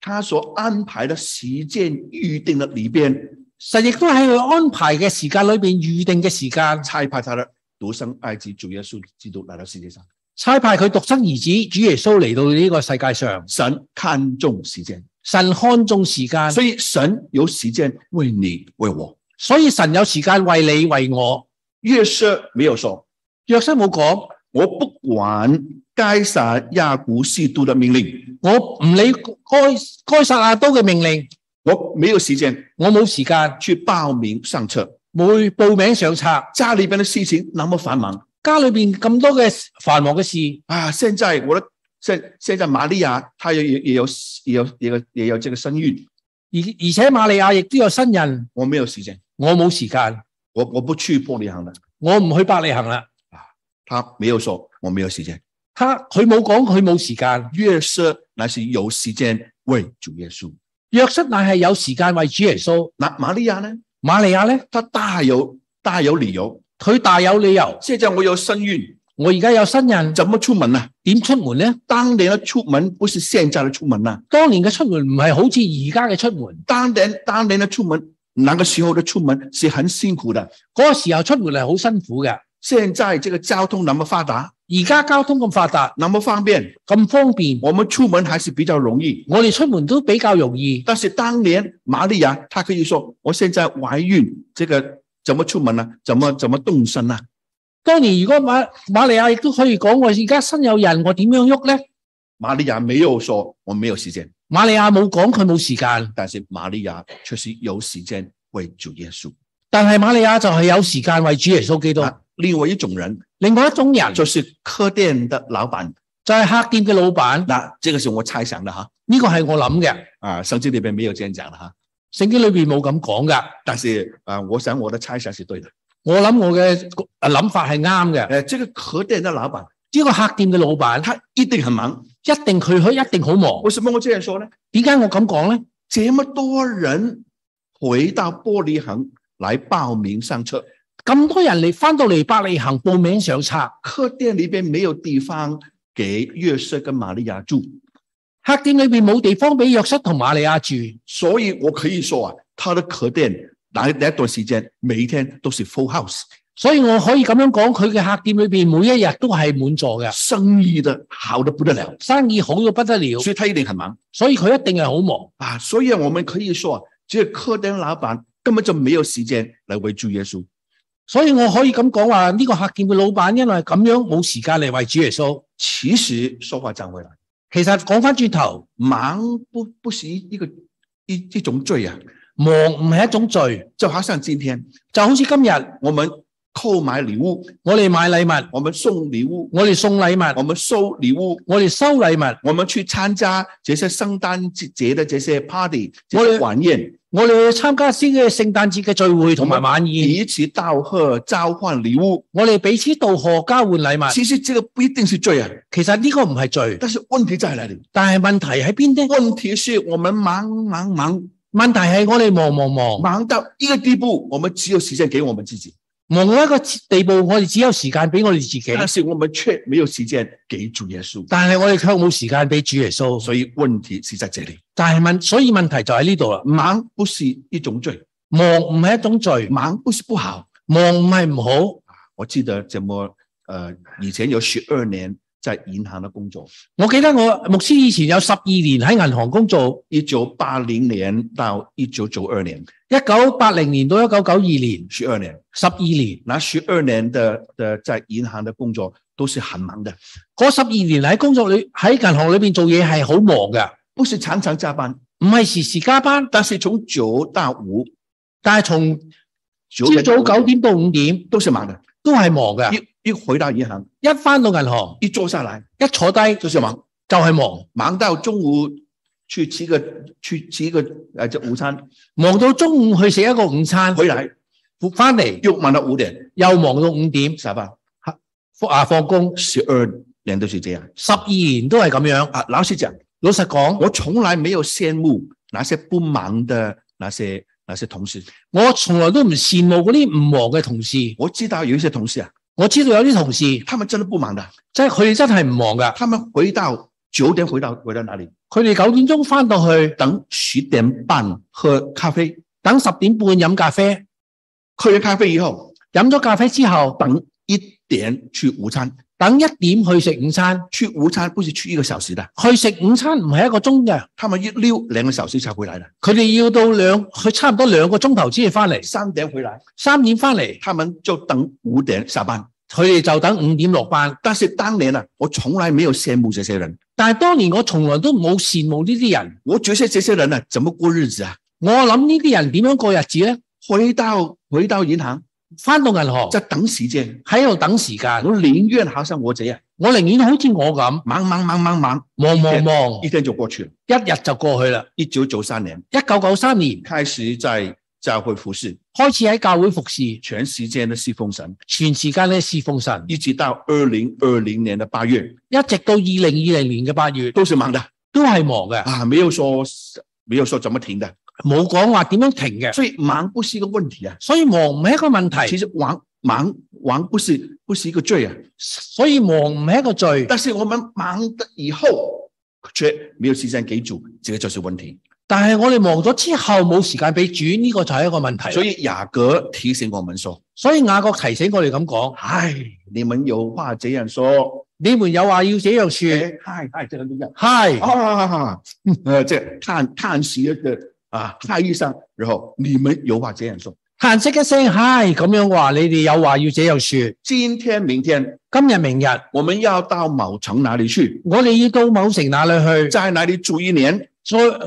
Speaker 2: 他所安排的时间预定的里边
Speaker 1: 神亦都喺佢安排嘅時間裏边預定嘅時間。
Speaker 2: 差派他的独生爱子主耶稣基督来到世界上。
Speaker 1: 差派佢独生儿子主耶稣嚟到呢个世界上，
Speaker 2: 神看重时间，
Speaker 1: 神看重时间，
Speaker 2: 所以神有时间为你为我。
Speaker 1: 所以神有时间为你为我。
Speaker 2: 约瑟没有说，
Speaker 1: 约瑟冇讲，
Speaker 2: 我不管该撒亚古西都的命令，
Speaker 1: 我唔理该该撒亚都嘅命令，
Speaker 2: 我没有时间
Speaker 1: 我冇时间，
Speaker 2: 去报名上册。
Speaker 1: 会报名上册。
Speaker 2: 家里边的事情那么繁忙
Speaker 1: 家里边咁多嘅繁忙嘅事，
Speaker 2: 啊！现在我的现现在玛利亚她也也也有也有也有也有这个身孕，
Speaker 1: 而而且玛利亚亦都有新人，
Speaker 2: 我没有时间，
Speaker 1: 我冇时间，
Speaker 2: 我我不去玻璃行了。
Speaker 1: 我唔去百里行啦。
Speaker 2: 他没有说我没有时间，
Speaker 1: 他佢冇講佢冇時間，
Speaker 2: 约瑟乃是有时间为主耶稣。
Speaker 1: 約瑟乃係有時間為主耶穌。
Speaker 2: 那玛利亚呢？
Speaker 1: 瑪利亞咧，
Speaker 2: 她大有大有理由，
Speaker 1: 佢大有理由。
Speaker 2: 现在我有身孕，
Speaker 1: 我而家有新人，
Speaker 2: 怎么出门啊？
Speaker 1: 點出門咧？
Speaker 2: 当年的出门不是现在的出门啊，
Speaker 1: 當年嘅出門唔係好似而家嘅出門，
Speaker 2: 当年当年的出门，那个时候的出门是很辛苦的。
Speaker 1: 嗰、個時候出門係好辛苦嘅。
Speaker 2: 现在这个交通那么发达，
Speaker 1: 而家交通咁發達，
Speaker 2: 那么方便，
Speaker 1: 咁方便，
Speaker 2: 我们出門还是比較容易。
Speaker 1: 我哋出門都比較容易。
Speaker 2: 但是當年瑪利亞，她可以說：我現在懷孕，這個怎麼出門呢、怎麼怎麼動身呢、
Speaker 1: 當年如果馬馬利亞亦都可以講，我而家身有人，我點樣喐咧？
Speaker 2: 瑪利亞沒有說我沒有時間，
Speaker 1: 馬利亞冇講佢冇時間，
Speaker 2: 但是瑪利亞確實有時間為主耶穌。
Speaker 1: 但係馬利亞就係有時間為主耶穌基督。
Speaker 2: 啊另外一種人
Speaker 1: 另外一種人
Speaker 2: 就是客店的老闆，
Speaker 1: 就係客店嘅老闆，
Speaker 2: 那這個是我猜想的哈，
Speaker 1: 呢個係我諗嘅，
Speaker 2: 啊，聖經裏邊沒有這樣講的哈，
Speaker 1: 聖經裏邊冇咁講噶。
Speaker 2: 但是啊，我想我的猜想是對的。
Speaker 1: 我諗我嘅呃諗法係啱嘅。
Speaker 2: 呃，這個客店的老闆
Speaker 1: 呢個客店嘅老闆，
Speaker 2: 他一定很忙，
Speaker 1: 一定佢佢一定好忙。
Speaker 2: 為什麼我這樣說呢？
Speaker 1: 點解我咁講咧？
Speaker 2: 这么多人回到玻璃行来报名上车，
Speaker 1: 咁多人嚟翻到嚟百利行報名上冊，
Speaker 2: 客店里边没有地方给约瑟跟玛利亚住，
Speaker 1: 客店裏邊冇地方俾約瑟同瑪利亞住。
Speaker 2: 所以我可以说啊，他的客店那那段时间每一天都是 full house，
Speaker 1: 所以我可以咁樣講，佢嘅客店裏边每一日都係滿座嘅，
Speaker 2: 生意的好的不得了，
Speaker 1: 生意好到不得了，
Speaker 2: 所以他一定很忙
Speaker 1: 所以佢一定係好忙。
Speaker 2: 啊。所以我们可以说啊，这个客店老板根本就没有时间来为主耶稣。
Speaker 1: 所以我可以咁講話，呢、個客店嘅老闆因為咁樣冇時間嚟為主耶穌。
Speaker 2: 其实说话讲回来，
Speaker 1: 其實講翻轉頭，
Speaker 2: 忙不不是一个一一种罪啊，
Speaker 1: 忙唔係一種罪，
Speaker 2: 就好像今天。
Speaker 1: 就好似今日
Speaker 2: 我们购买礼物，
Speaker 1: 我哋買禮物，
Speaker 2: 我们送礼物，
Speaker 1: 我哋送禮物，
Speaker 2: 我们收礼物，
Speaker 1: 我哋收禮物，
Speaker 2: 我们去参加这些圣诞节的这些 party、
Speaker 1: 我
Speaker 2: 这些晚宴，
Speaker 1: 我哋去參加先嘅聖誕節嘅聚會同埋晚宴，
Speaker 2: 彼此道贺、交换禮物。
Speaker 1: 我哋彼此道贺交換禮物。
Speaker 2: 其实这个不一定是罪啊，
Speaker 1: 其實呢個唔係罪，
Speaker 2: 但是问题在哪里？
Speaker 1: 但係問題喺邊呢？
Speaker 2: 问题是我们忙忙忙
Speaker 1: 問題係我哋忙忙忙。
Speaker 2: 忙到一个地步，我们只有时间给我们自己，
Speaker 1: 忙到一個地步，我哋只有時間俾我哋自己，
Speaker 2: 但是我们却没有时间给主耶稣。
Speaker 1: 但係我哋卻冇時間俾主耶穌。
Speaker 2: 所以问题是在这里，
Speaker 1: 但係問，所以問題就喺呢度啦。
Speaker 2: 忙不是一种罪，
Speaker 1: 忙唔係一種罪，
Speaker 2: 忙不是不好，
Speaker 1: 忙唔係唔好。
Speaker 2: 我记得怎么呃，以前有十二年在银行的工作，
Speaker 1: 我記得我牧師以前有十二年喺銀行工作，
Speaker 2: 一九八零年到一九九二年，
Speaker 1: 一九八零年到一九九二年，
Speaker 2: 十二年，
Speaker 1: 十二年。
Speaker 2: 那十二年的的在银行的工作都是很忙的，
Speaker 1: 嗰十二年喺工作裏喺銀行裏边做嘢係好忙嘅，
Speaker 2: 不是常常加班，
Speaker 1: 唔係時時加班，
Speaker 2: 但是从九到五，
Speaker 1: 但係從
Speaker 2: 九
Speaker 1: 朝
Speaker 2: 到
Speaker 1: 早九啊點到五點
Speaker 2: 都是忙的，
Speaker 1: 都係忙嘅。
Speaker 2: 一一回到银行，
Speaker 1: 一翻到銀行，
Speaker 2: 一坐下来
Speaker 1: 一坐低
Speaker 2: 就是忙，
Speaker 1: 就係忙。
Speaker 2: 忙到中午去吃个去吃个呃这午餐，
Speaker 1: 忙到中午去食一個午餐，
Speaker 2: 回来
Speaker 1: 翻嚟
Speaker 2: 又忙到五点
Speaker 1: 又忙到五點，
Speaker 2: 下班，
Speaker 1: 放啊放工，
Speaker 2: 十二年都是这样
Speaker 1: 十二年都係咁樣。
Speaker 2: 啊，老实讲。
Speaker 1: 老實講，
Speaker 2: 我从来没有羡慕那些不忙的那些那些同事。
Speaker 1: 我從來都唔羨慕嗰啲唔忙嘅同事。
Speaker 2: 我知道有一些同事啊，
Speaker 1: 我知道有啲同事，即
Speaker 2: 他们真的不忙的，
Speaker 1: 係佢哋真係唔忙噶，
Speaker 2: 他们回到九点回到回到哪里？
Speaker 1: 佢哋九點鐘翻到去，
Speaker 2: 等十点半喝咖啡，
Speaker 1: 等十點半飲咖啡，
Speaker 2: 喝完咖啡以后
Speaker 1: 飲咗咖啡之後，
Speaker 2: 等一点去午餐，
Speaker 1: 等一點去食午餐。
Speaker 2: 去午餐不是去一个小时的，
Speaker 1: 去食午餐唔係一個鐘嘅，
Speaker 2: 他们一溜两个小时才回来的，
Speaker 1: 佢哋要到兩，佢差唔多兩個鐘頭先至翻嚟，
Speaker 2: 三点回来，
Speaker 1: 三點翻嚟，
Speaker 2: 他们就等五点下班。
Speaker 1: 佢哋就等五點落班。
Speaker 2: 但是当年呢、啊，我从来没有羡慕这些人，
Speaker 1: 但係當年我從來都冇羨慕呢啲人，
Speaker 2: 我觉得这些人呢、啊、怎么过日子啊？
Speaker 1: 我諗呢啲人點樣過日子咧？
Speaker 2: 回到回到银行
Speaker 1: 翻到銀行
Speaker 2: 在等时间，
Speaker 1: 喺度等時間，
Speaker 2: 我宁愿好像我这样
Speaker 1: 我寧願好似我咁
Speaker 2: 忙忙忙忙忙，
Speaker 1: 忙忙忙，
Speaker 2: 一天就过去了。
Speaker 1: 一日就過去啦。
Speaker 2: 一九九三年
Speaker 1: 一九九三年
Speaker 2: 开始在教会服侍，
Speaker 1: 开始喺教会服侍，
Speaker 2: 全时间的侍奉神，
Speaker 1: 全时间咧侍奉神，
Speaker 2: 一直到二零二零年的八月
Speaker 1: 一直到二零二零年嘅八月
Speaker 2: 都是忙的
Speaker 1: 都系忙嘅，
Speaker 2: 啊，没有说没有说怎么停的，
Speaker 1: 冇讲话点样停嘅，
Speaker 2: 所以忙不是一个问题啊。
Speaker 1: 所以忙唔系一个问题，
Speaker 2: 其实忙忙忙不是不是一个罪啊，
Speaker 1: 所以忙唔系一个罪。
Speaker 2: 但是我们忙的以后却没有时间给主，这个就是问题。
Speaker 1: 但系我哋忙咗之後冇時間俾主，呢、個就係一個問題。所
Speaker 2: 所
Speaker 1: 以
Speaker 2: 以雅各提醒我们说
Speaker 1: 所以雅各提醒我哋咁講：，：“
Speaker 2: 唉，你们有话这样说，
Speaker 1: 你們有話要這樣说，
Speaker 2: 哎嗨嗨，这个力量
Speaker 1: 嗨，
Speaker 2: 啊， 呃，这个叹叹息的啊，叹一声，然后你们有话这样说，
Speaker 1: 閒息一聲嗨，咁樣話你哋有話要這樣说。
Speaker 2: 今天明天
Speaker 1: 今日明日
Speaker 2: 我们要到某城哪里去，
Speaker 1: 我哋要到某城那里去，
Speaker 2: 在哪里住一年，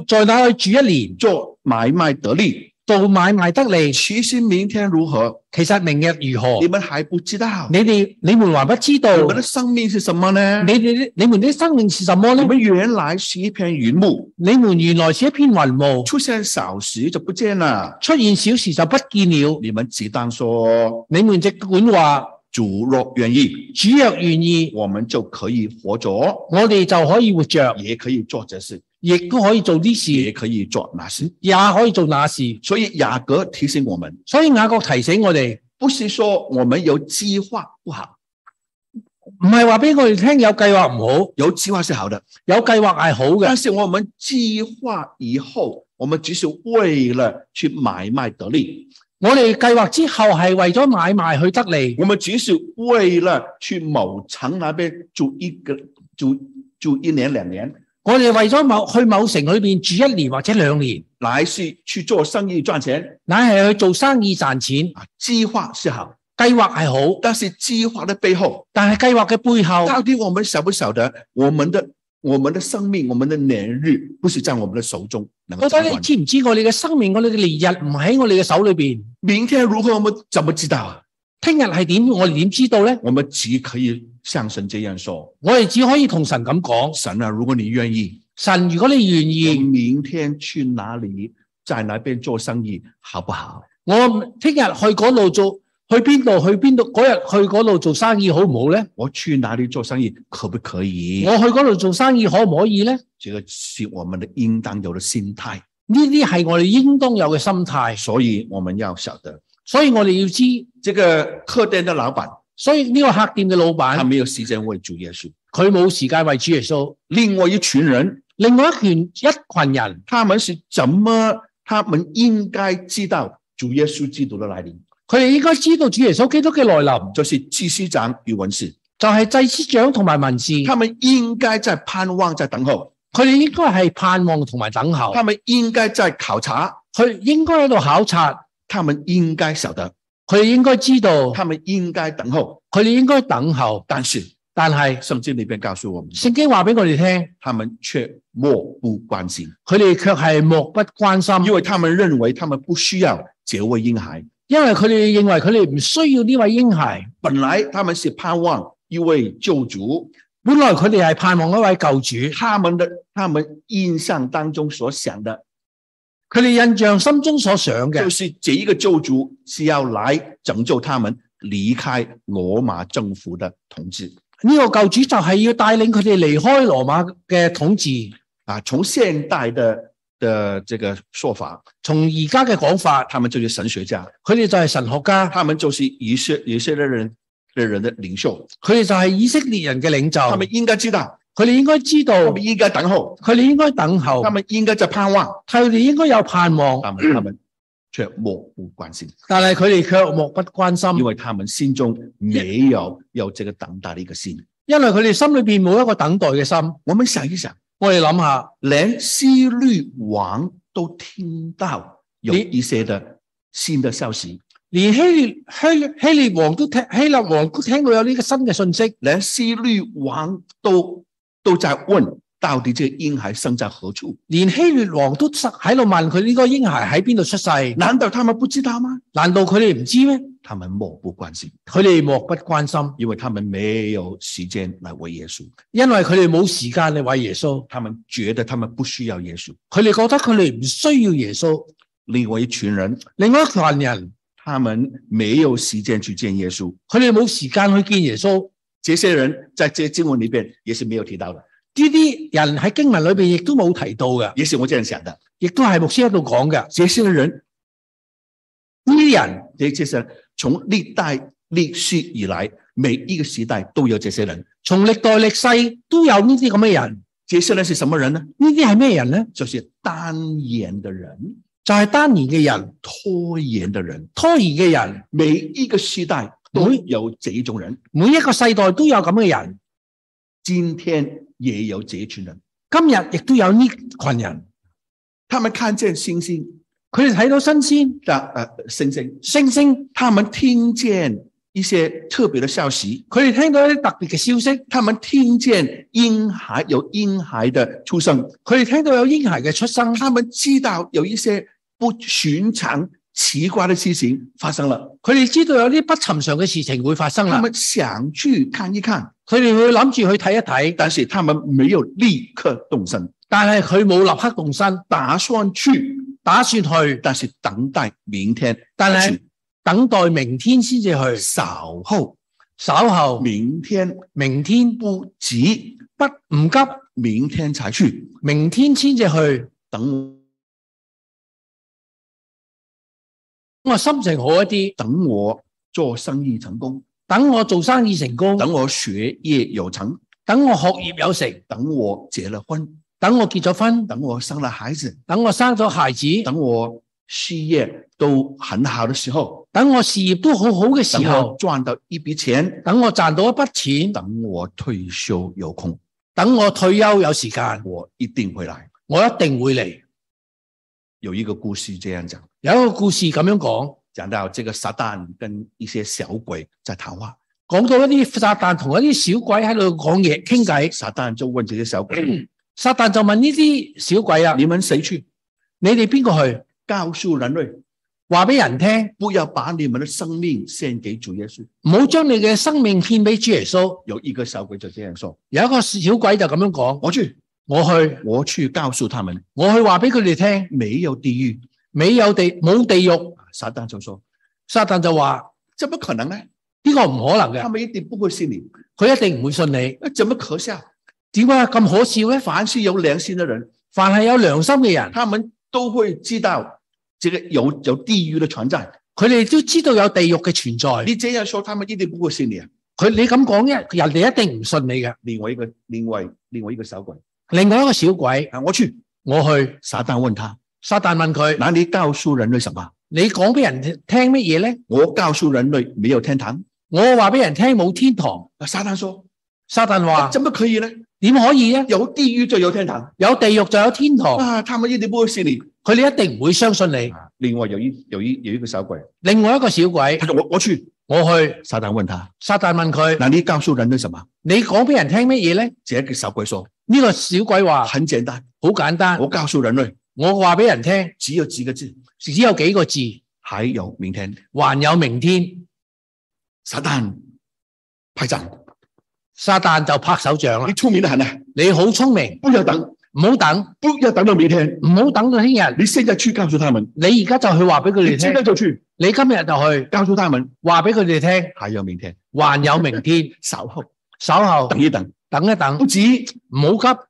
Speaker 1: 再在那里住一年，
Speaker 2: 做买卖得利。
Speaker 1: 做買賣得利。
Speaker 2: 其实明天如何，
Speaker 1: 其實明日如何
Speaker 2: 你，们还不知道。
Speaker 1: 你哋你們還不知道。
Speaker 2: 你们的生命是什么呢？
Speaker 1: 你哋的你們的生命是什麼
Speaker 2: 你
Speaker 1: 呢？
Speaker 2: 们原来是一片云雾，
Speaker 1: 你們原來是一片雲霧，
Speaker 2: 出现少时就不见了。
Speaker 1: 出現小時就不見了。
Speaker 2: 你们只当说
Speaker 1: 你們只管話
Speaker 2: 主若愿意，
Speaker 1: 主若願意。
Speaker 2: 我们就可以活着，
Speaker 1: 我哋就可以活着，
Speaker 2: 也可以做这事，
Speaker 1: 亦都可以做啲
Speaker 2: 也
Speaker 1: 事，
Speaker 2: 可以做那事。
Speaker 1: 也可以做那事。
Speaker 2: 所以雅各提醒我们，
Speaker 1: 所以雅各提醒我哋，
Speaker 2: 不是说我们有计划不好，
Speaker 1: 唔系话俾我哋听有计划唔好，
Speaker 2: 有计划是好的，
Speaker 1: 有计划系好嘅。
Speaker 2: 但是我们计划以后，我们只是为了去买卖得利，
Speaker 1: 我哋计划之后系为咗买卖去得利，
Speaker 2: 我们只是为了去某城那边住一个住住一年两年，
Speaker 1: 我哋为咗某去某城里边住一年或者两年，
Speaker 2: 来是去做生意赚钱
Speaker 1: 乃系去做生意赚钱。
Speaker 2: 啊。计划是好，
Speaker 1: 计划系好，
Speaker 2: 但是计划的背后，
Speaker 1: 但系计划嘅背后，
Speaker 2: 到底我们晓不晓得我们的我们的生命、我们的年日不是在我们的手中能
Speaker 1: 到
Speaker 2: 够掌
Speaker 1: 底你
Speaker 2: 管？
Speaker 1: 知唔知我哋嘅生命，我哋嘅年日唔喺我哋嘅手里边，
Speaker 2: 明天如何，我们怎么知道啊？
Speaker 1: 听日系点，我哋点知道呢？
Speaker 2: 我们只可以向神这样说
Speaker 1: 我哋只可以同神咁：“
Speaker 2: 神啊，如果你愿意，
Speaker 1: 讲，神如果你愿
Speaker 2: 我
Speaker 1: 意。
Speaker 2: 明天去哪里，在哪边做生意，好不好
Speaker 1: 我听日去嗰度做，去边度去边度？嗰日去嗰度做生意好唔好咧？？”
Speaker 2: 我去哪里做生意，可不可以？
Speaker 1: 我去嗰度做生意可唔可以咧？
Speaker 2: 这个是我们的应当有的心态，
Speaker 1: 呢啲系我哋应当有嘅心态，
Speaker 2: 所以我们要晓得，
Speaker 1: 所以我哋要知。
Speaker 2: 这个客店的老板
Speaker 1: 所以呢个客店嘅老
Speaker 2: 他
Speaker 1: 板，
Speaker 2: 没有时间为主耶稣。
Speaker 1: 佢冇时间为主耶稣。
Speaker 2: 另外一群人，
Speaker 1: 另外一群一群人，
Speaker 2: 他们是怎么？他们应该知道主耶稣基督的来临，
Speaker 1: 佢哋应该知道主耶稣基督嘅来临，
Speaker 2: 就是祭司长与文士，
Speaker 1: 就系、祭司长同埋文士，
Speaker 2: 他们应该在盼望，在等候，
Speaker 1: 佢哋应该系盼望同埋等候，
Speaker 2: 他们应该在考察，
Speaker 1: 佢应该喺度考察，
Speaker 2: 他们应该晓得，
Speaker 1: 佢哋应该知道，
Speaker 2: 他们应该等候。
Speaker 1: 佢哋应该等候。
Speaker 2: 但是
Speaker 1: 但系
Speaker 2: 圣经里边告诉我们，
Speaker 1: 圣经话俾我哋听。
Speaker 2: 他们却漠不关心，
Speaker 1: 佢哋卻係漠不關心，
Speaker 2: 因为他们认为他们不需要这位婴孩。
Speaker 1: 因為佢哋認為佢哋唔需要呢位嬰孩。
Speaker 2: 本来他们是盼望一位救主，
Speaker 1: 本來佢哋係盼望一位救主，
Speaker 2: 他们的他们印象当中所想的，
Speaker 1: 佢哋印象心中所想嘅
Speaker 2: 就是这一个救主是要来拯救他们离开罗马政府的统治
Speaker 1: 呢、個救主就係要帶領佢哋離開羅馬嘅統治。
Speaker 2: 啊。从现代的的这个说法，
Speaker 1: 從而家嘅講法，
Speaker 2: 他们就是神学家，
Speaker 1: 佢哋就係神學家，
Speaker 2: 他们就是以色以色列人的人的领袖，
Speaker 1: 佢哋就係以色列人嘅領
Speaker 2: 他
Speaker 1: 袖。
Speaker 2: 们应该知道，
Speaker 1: 佢哋應該知道，
Speaker 2: 他们应该等候，
Speaker 1: 佢哋應該等候
Speaker 2: 他，们应该在盼望，
Speaker 1: 佢哋應該有盼望，
Speaker 2: 他们他们却漠不关心，
Speaker 1: 但係佢哋卻漠不關
Speaker 2: 因
Speaker 1: 心，
Speaker 2: 为他们心中没有有这个等待的一个心。
Speaker 1: 因為佢哋心裏面冇一個等待嘅心。
Speaker 2: 我们想一想。
Speaker 1: 我哋諗下。
Speaker 2: 连希律王都听到有一些的新的消息，
Speaker 1: 连希列希希列王都听希腊王都听到有呢个新嘅信息，
Speaker 2: 连希律王都都在问，到底这个婴孩生在何处？
Speaker 1: 连希列王都喺度问佢呢个婴孩喺边度出世？
Speaker 2: 难道他们不知道吗？
Speaker 1: 难道佢哋唔知咩？
Speaker 2: 他们漠不关心，
Speaker 1: 佢哋漠不关心，
Speaker 2: 因为他们没有时间来为耶稣，
Speaker 1: 因为佢哋冇时间嚟为耶稣，
Speaker 2: 他们觉得他们不需要耶稣，
Speaker 1: 佢哋觉得佢哋唔需要耶稣，
Speaker 2: 另外一群人，
Speaker 1: 另外一群人，
Speaker 2: 他们没有时间去见耶稣。
Speaker 1: 佢哋冇時間去見耶穌。
Speaker 2: 这些人在这经文里边也是没有提到的，
Speaker 1: 呢啲人喺經文裏边亦都冇提到嘅，
Speaker 2: 也是我这样想的。
Speaker 1: 亦都係牧師喺度講嘅。
Speaker 2: 这些人，
Speaker 1: 呢啲人
Speaker 2: 这这些人从历代历史以来，每一个时代都有这些人。
Speaker 1: 從歷代歷世都有呢啲咁嘅人，
Speaker 2: 这些人是什么人呢？
Speaker 1: 呢啲係咩人咧？
Speaker 2: 就是单言的人、
Speaker 1: 就係單言嘅人、
Speaker 2: 拖延的人。
Speaker 1: 拖延嘅人，
Speaker 2: 每一个时代都有这一种人，
Speaker 1: 每一個世代都有咁嘅人，
Speaker 2: 今天也有这一群人。
Speaker 1: 今日亦都有呢群人。
Speaker 2: 他们看见星星，
Speaker 1: 佢哋睇到新鮮
Speaker 2: 但呃星星，
Speaker 1: 星星，
Speaker 2: 他们听见一些特别的消息，
Speaker 1: 佢哋聽到一啲特別嘅消息，
Speaker 2: 他们听见婴孩有婴孩的出生，
Speaker 1: 佢哋聽到有嬰孩嘅出生，
Speaker 2: 他们知道有一些不寻常、奇怪的事情发生了，
Speaker 1: 佢哋知道有啲不尋常嘅事情會發生
Speaker 2: 他
Speaker 1: 啦。
Speaker 2: 们想去看一看，
Speaker 1: 佢哋會諗住去睇一睇，
Speaker 2: 但是他们没有立刻动身，
Speaker 1: 但係佢冇立刻動身，
Speaker 2: 打算去，
Speaker 1: 打算去，
Speaker 2: 但是等待明天
Speaker 1: 但
Speaker 2: 再
Speaker 1: 係
Speaker 2: 去，
Speaker 1: 等待明天先至去。
Speaker 2: 稍后
Speaker 1: 稍後
Speaker 2: 明天
Speaker 1: 明天
Speaker 2: 不急，
Speaker 1: 不唔急，
Speaker 2: 明天才去，
Speaker 1: 明天先至去。
Speaker 2: 等
Speaker 1: 我心情好一啲，
Speaker 2: 等我做生意成功，
Speaker 1: 等我做生意成功，
Speaker 2: 等我学业有成，
Speaker 1: 等我學業有成，
Speaker 2: 等我结了婚，
Speaker 1: 等我結咗婚，
Speaker 2: 等我生了孩子，
Speaker 1: 等我生咗孩子，
Speaker 2: 等我事业都很好的时候，
Speaker 1: 等我事業都好好嘅
Speaker 2: 等
Speaker 1: 時
Speaker 2: 我
Speaker 1: 候，
Speaker 2: 赚到一笔钱，
Speaker 1: 等我賺到一筆錢，
Speaker 2: 等我退休有空，
Speaker 1: 等我退休有時間，
Speaker 2: 我一定会来。
Speaker 1: 我一定會嚟。
Speaker 2: 有一个故事这样讲，
Speaker 1: 有一個故事咁樣講，
Speaker 2: 讲到这个撒旦跟一些小鬼在谈话，
Speaker 1: 講到一啲撒旦同一啲小鬼喺度講嘢傾偈，
Speaker 2: 撒旦就问这些小鬼：
Speaker 1: 撒旦就問呢啲小鬼啊：
Speaker 2: 你们谁去？
Speaker 1: 你哋邊個去？
Speaker 2: 告诉人类，
Speaker 1: 話俾人聽，
Speaker 2: 不要把你们的生命献给主耶稣。
Speaker 1: 唔好將你嘅生命獻俾主耶穌。
Speaker 2: 有一个小鬼就这样说
Speaker 1: 有一個小鬼就咁樣講：
Speaker 2: 我去，
Speaker 1: 我去，
Speaker 2: 我去告诉他们，
Speaker 1: 我去話俾佢哋聽，
Speaker 2: 没有地狱。
Speaker 1: 未有地冇地獄。
Speaker 2: 撒旦就说：
Speaker 1: 撒旦就話：
Speaker 2: 怎么可能呢？
Speaker 1: 呢、個唔可能嘅，
Speaker 2: 他们一定不会信你，
Speaker 1: 佢一定唔會信你。
Speaker 2: 那怎么可笑？
Speaker 1: 點解咁可笑咧？
Speaker 2: 凡是有良心的人，
Speaker 1: 凡係有良心嘅人，
Speaker 2: 他们都会知道这个有有地狱的存在。
Speaker 1: 佢哋都知道有地獄嘅存在。
Speaker 2: 你这样说，他们一定不会信你啊。
Speaker 1: 佢你咁講一，人哋一定唔信你嘅。
Speaker 2: 另外一个，另外另外一个小鬼
Speaker 1: 另外一個小鬼，
Speaker 2: 啊，我去。
Speaker 1: 我去。
Speaker 2: 撒旦问他：
Speaker 1: 撒旦問佢：
Speaker 2: 那你告诉人类什么？
Speaker 1: 你講俾人聽乜嘢咧？
Speaker 2: 我告诉人类没有天堂。
Speaker 1: 我話俾人聽冇天堂。
Speaker 2: 啊撒旦说：
Speaker 1: 撒旦話
Speaker 2: 啊、：怎么可以呢？
Speaker 1: 點可以咧？
Speaker 2: 有地狱就有天堂
Speaker 1: 有地獄就有天堂，
Speaker 2: 啊！他们一定不会信你。
Speaker 1: 佢哋一定唔會相信你。
Speaker 2: 啊另外有一有一有一个小鬼，
Speaker 1: 另外一個小鬼
Speaker 2: 他，说我我去。
Speaker 1: 我去。
Speaker 2: 撒旦问他，
Speaker 1: 撒旦問佢：
Speaker 2: 那你告诉人类什么？
Speaker 1: 你講俾人聽乜嘢咧？
Speaker 2: 这个小鬼说
Speaker 1: 呢、個小鬼話：
Speaker 2: 很简单，
Speaker 1: 好簡單，
Speaker 2: 我告诉人类
Speaker 1: 我話俾人聽，
Speaker 2: 只有几个字，
Speaker 1: 只有幾個字，
Speaker 2: 还有明天。
Speaker 1: 還有明天。
Speaker 2: 撒旦拍掌，
Speaker 1: 撒旦就拍手掌啦
Speaker 2: 你！聪明的很啊！
Speaker 1: 你好聰明，
Speaker 2: 不要等，
Speaker 1: 唔好等，
Speaker 2: 不要等到明天，
Speaker 1: 唔好等到聽日。
Speaker 2: 你现在去告诉他们，
Speaker 1: 你而家就去話俾佢
Speaker 2: 你
Speaker 1: 哋
Speaker 2: 现
Speaker 1: 聽，
Speaker 2: 在就去
Speaker 1: 你今日就去
Speaker 2: 告诉他们，
Speaker 1: 話俾佢哋聽，
Speaker 2: 还有明天，
Speaker 1: 還有明天，
Speaker 2: 稍后
Speaker 1: 稍後
Speaker 2: 等一等，
Speaker 1: 等一等
Speaker 2: 不，急，
Speaker 1: 唔好急，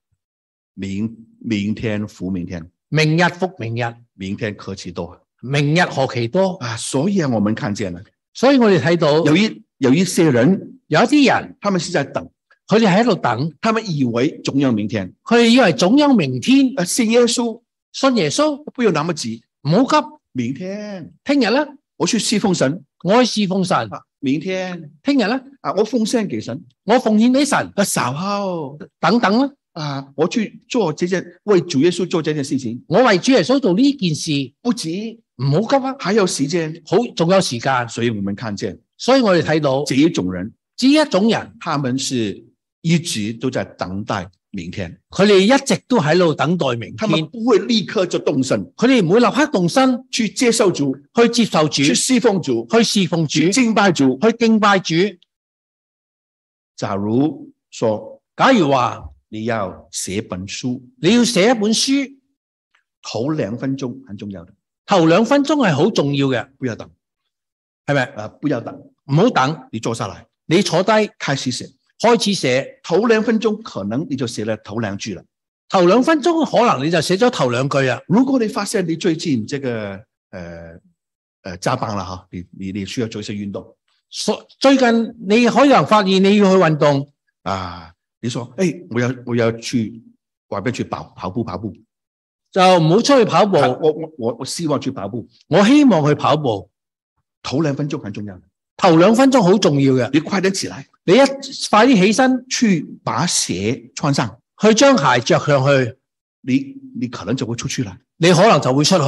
Speaker 2: 明明天服明天，
Speaker 1: 明日復明日，
Speaker 2: 明天可期多
Speaker 1: 明日何其多。
Speaker 2: 啊！所以啊，我们看见了
Speaker 1: 所以我哋睇到
Speaker 2: 有一有一些人，
Speaker 1: 有一啲人，
Speaker 2: 他们是在等，
Speaker 1: 佢哋喺度等，
Speaker 2: 他们以为总有明天。
Speaker 1: 佢哋以為總有明天，
Speaker 2: 呃，信耶稣
Speaker 1: 信耶穌
Speaker 2: 不用那么急，
Speaker 1: 唔好急，
Speaker 2: 明天
Speaker 1: 聽日咧
Speaker 2: 我去侍奉神
Speaker 1: 我去侍奉神，
Speaker 2: 啊，明天
Speaker 1: 聽日咧。
Speaker 2: 啊我奉献给神
Speaker 1: 我奉獻俾神，
Speaker 2: 啊，稍后
Speaker 1: 等等啦，
Speaker 2: 啊，我去做这件为主耶稣做这件事情，
Speaker 1: 我為主耶穌做呢件事，
Speaker 2: 不急，
Speaker 1: 唔好急啊，
Speaker 2: 还有时间。
Speaker 1: 好仲有時間，
Speaker 2: 所以我们看见
Speaker 1: 所以我哋睇到
Speaker 2: 这一种人，
Speaker 1: 只一種人，
Speaker 2: 他们是一直都在等待明天，
Speaker 1: 佢哋一直都喺度等待明
Speaker 2: 他
Speaker 1: 天，
Speaker 2: 们不会立刻就动身
Speaker 1: 佢哋唔會立刻動身
Speaker 2: 去接受主、
Speaker 1: 去接受主，
Speaker 2: 去侍奉主、
Speaker 1: 去侍奉主，
Speaker 2: 去敬拜主。
Speaker 1: 去敬拜主。
Speaker 2: 假如说
Speaker 1: 假如話
Speaker 2: 你要写本书，
Speaker 1: 你要寫一本書，
Speaker 2: 头两分钟很重要的，
Speaker 1: 头两分钟系好重要嘅，
Speaker 2: 不要等，
Speaker 1: 系咪？
Speaker 2: 啊，不要等，
Speaker 1: 唔好等，
Speaker 2: 你坐下来
Speaker 1: 你坐低
Speaker 2: 开始写。
Speaker 1: 开始写，
Speaker 2: 头两分钟可能你就写了头两句了。
Speaker 1: 头两分钟可能你就写咗头两句啊。
Speaker 2: 如果你发现你最近这个呃呃加班了哈，你你你需要做一些运动
Speaker 1: 所最近你可能发现你要去运动，
Speaker 2: 啊，你说哎，我要我要去外边去跑跑步跑步，
Speaker 1: 就唔好出去跑步。
Speaker 2: 我我我我希望去跑步，
Speaker 1: 我希望去跑步，
Speaker 2: 头两分钟很重要的，
Speaker 1: 头两分钟好重要嘅。
Speaker 2: 你快点起来
Speaker 1: 你一快啲起身，
Speaker 2: 去把鞋穿上，
Speaker 1: 去将鞋着上去，
Speaker 2: 你你可能就会出去了。
Speaker 1: 你可能就会出去。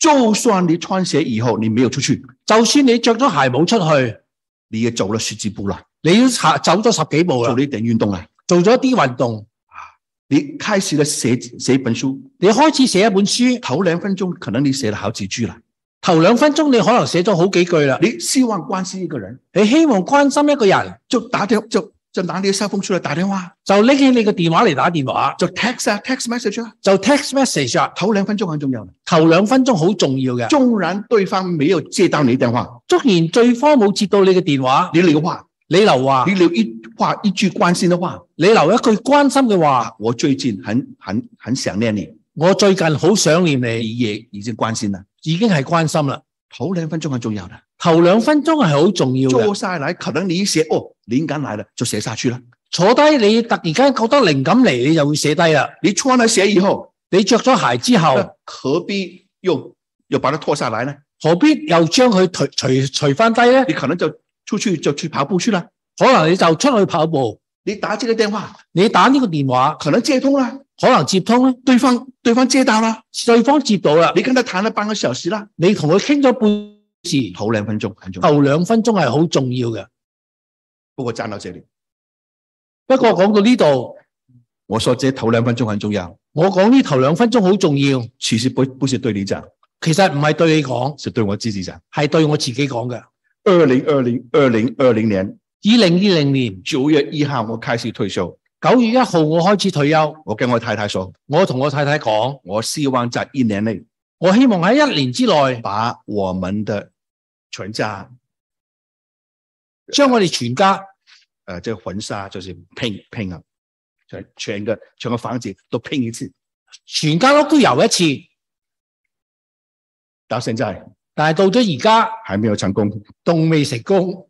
Speaker 2: 就算你穿鞋以后你没有出去，
Speaker 1: 就算你着咗鞋冇出去，
Speaker 2: 你也走了十几步了，
Speaker 1: 你都行走咗十幾步
Speaker 2: 做
Speaker 1: 啦，
Speaker 2: 了一点运动了，
Speaker 1: 做咗啲運動，
Speaker 2: 你开始了写写一本书，
Speaker 1: 你開始寫一本書，
Speaker 2: 头两分钟可能你写了好几句了。
Speaker 1: 頭兩分鐘你可能寫咗好幾句啦。
Speaker 2: 你希望关心一个人，
Speaker 1: 你希望關心一個人，
Speaker 2: 就打电就就拿你的手风出来打电话，
Speaker 1: 就拎起你嘅電話嚟打電話，
Speaker 2: 就 text 啊 text message 啊，
Speaker 1: 就 text message 啊。
Speaker 2: 头两分钟很重要的。
Speaker 1: 頭兩分鐘好重要嘅，
Speaker 2: 纵然對方沒有接到你電話，
Speaker 1: 縱然對方冇接到你嘅電話，
Speaker 2: 你留話，
Speaker 1: 你留話，
Speaker 2: 你留一話一句關心的話
Speaker 1: 你留一句關心嘅話，
Speaker 2: 啊，我最近很很很想念你，
Speaker 1: 我最近好想念你，
Speaker 2: 你也已經關心了。
Speaker 1: 已經係關心啦。
Speaker 2: 頭兩分鐘很重要的，
Speaker 1: 頭兩分鐘係好重要嘅
Speaker 2: 坐。下來可能你一寫哦，靈感來了就寫下去了。
Speaker 1: 坐低你突然間覺得靈感嚟，你就會寫低啦。
Speaker 2: 你穿了鞋以後，
Speaker 1: 你着咗鞋之後。
Speaker 2: 那何必又又把它脱下來呢？
Speaker 1: 何必又將佢除除除翻低咧？
Speaker 2: 你可能就出去就去跑步去了。
Speaker 1: 可能你就出去跑步，
Speaker 2: 你打這個電話
Speaker 1: 你打呢個電話，
Speaker 2: 可能接通了。
Speaker 1: 可能接通咧，
Speaker 2: 对方对方接到了，
Speaker 1: 對方接到啦，
Speaker 2: 你跟他谈了半个小时了，
Speaker 1: 你同佢傾咗半時，
Speaker 2: 头两分钟很重要。
Speaker 1: 頭兩分鐘係好重要嘅。
Speaker 2: 不过站到这里，
Speaker 1: 不過講到呢度，
Speaker 2: 我说这头两分钟很重要，
Speaker 1: 我講呢頭兩分鐘好重要，
Speaker 2: 其实不不是对你讲，
Speaker 1: 其實唔係對你講，
Speaker 2: 是对我自己讲。
Speaker 1: 係對我自己講嘅。
Speaker 2: 二零二零二零二零年
Speaker 1: 二零二零年
Speaker 2: 九月一号，我开始退休。
Speaker 1: 九月一號我開始退休，
Speaker 2: 我跟我太太说，
Speaker 1: 我同我太太講，
Speaker 2: 我希望在一年内
Speaker 1: 我希望喺一年之內
Speaker 2: 把我们的全家，
Speaker 1: 將我哋全家
Speaker 2: 呃，这个婚纱就是拼拼啊，全全个全个房子都拼一次。
Speaker 1: 全家屋都遊一次，
Speaker 2: 到现在
Speaker 1: 但係到咗而家
Speaker 2: 还没有成功。
Speaker 1: 仲未成功。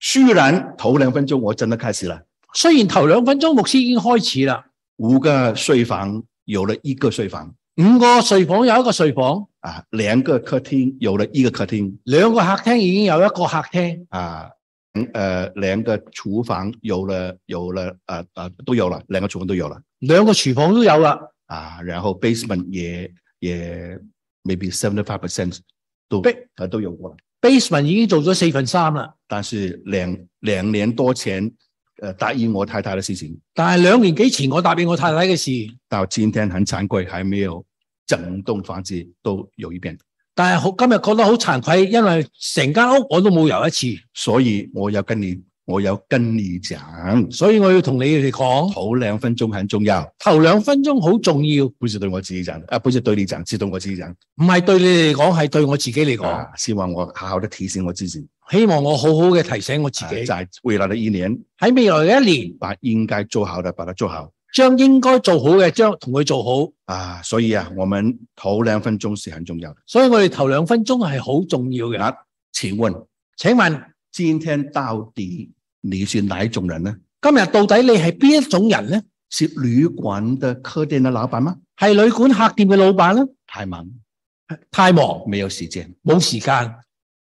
Speaker 2: 虽然头两分钟我真的开始了。
Speaker 1: 虽然头两分钟牧师已经开始啦，
Speaker 2: 五个睡房有了一个睡房
Speaker 1: 五个睡房有一个睡房，
Speaker 2: 啊，两个客厅有了一个客厅
Speaker 1: 两个客厅已经有一个客厅，
Speaker 2: 啊，嗯呃，两个厨房有了有了呃呃都有了，两个厨房都有了
Speaker 1: 两个厨房都有啦。
Speaker 2: 啊，然后 basement 也也 maybe seventy five percent 都
Speaker 1: 对
Speaker 2: 呃都有过了，
Speaker 1: basement 已经做咗四分三啦，
Speaker 2: 但是两两年多前呃答应我太太的事情，
Speaker 1: 但系两年几前我答应我太太嘅事，
Speaker 2: 到今天很惭愧还没有整栋房子都有一遍，
Speaker 1: 但系好今日觉得好惭愧，因为成间屋我都冇游一次，
Speaker 2: 所以我要跟你我要跟你讲。
Speaker 1: 所以我要同你哋讲，
Speaker 2: 头两分钟很重要，
Speaker 1: 头两分钟好重要，
Speaker 2: 不是对我自己讲的，啊，不是对你讲，是对我自己讲。
Speaker 1: 唔系对你哋嚟讲，系对我自己嚟讲。
Speaker 2: 啊，希望我好好的提醒我自己，
Speaker 1: 希望我好好嘅提醒我自
Speaker 2: 啊
Speaker 1: 己，
Speaker 2: 在未来的一年，
Speaker 1: 喺未来嘅一年，
Speaker 2: 把应该做好的把它做好。
Speaker 1: 将应该做好嘅，将同佢做好。
Speaker 2: 啊，所以啊，我们头两分钟是很重要的。
Speaker 1: 所以我哋头两分钟系好重要嘅。
Speaker 2: 那请问，
Speaker 1: 请问
Speaker 2: 今天到底你是哪一种人呢？
Speaker 1: 今日到底你系边一种人呢？
Speaker 2: 是旅馆的客店的老板吗？
Speaker 1: 系旅馆客店嘅老板呢？
Speaker 2: 太忙，
Speaker 1: 太忙
Speaker 2: 没有时间。
Speaker 1: 冇时间。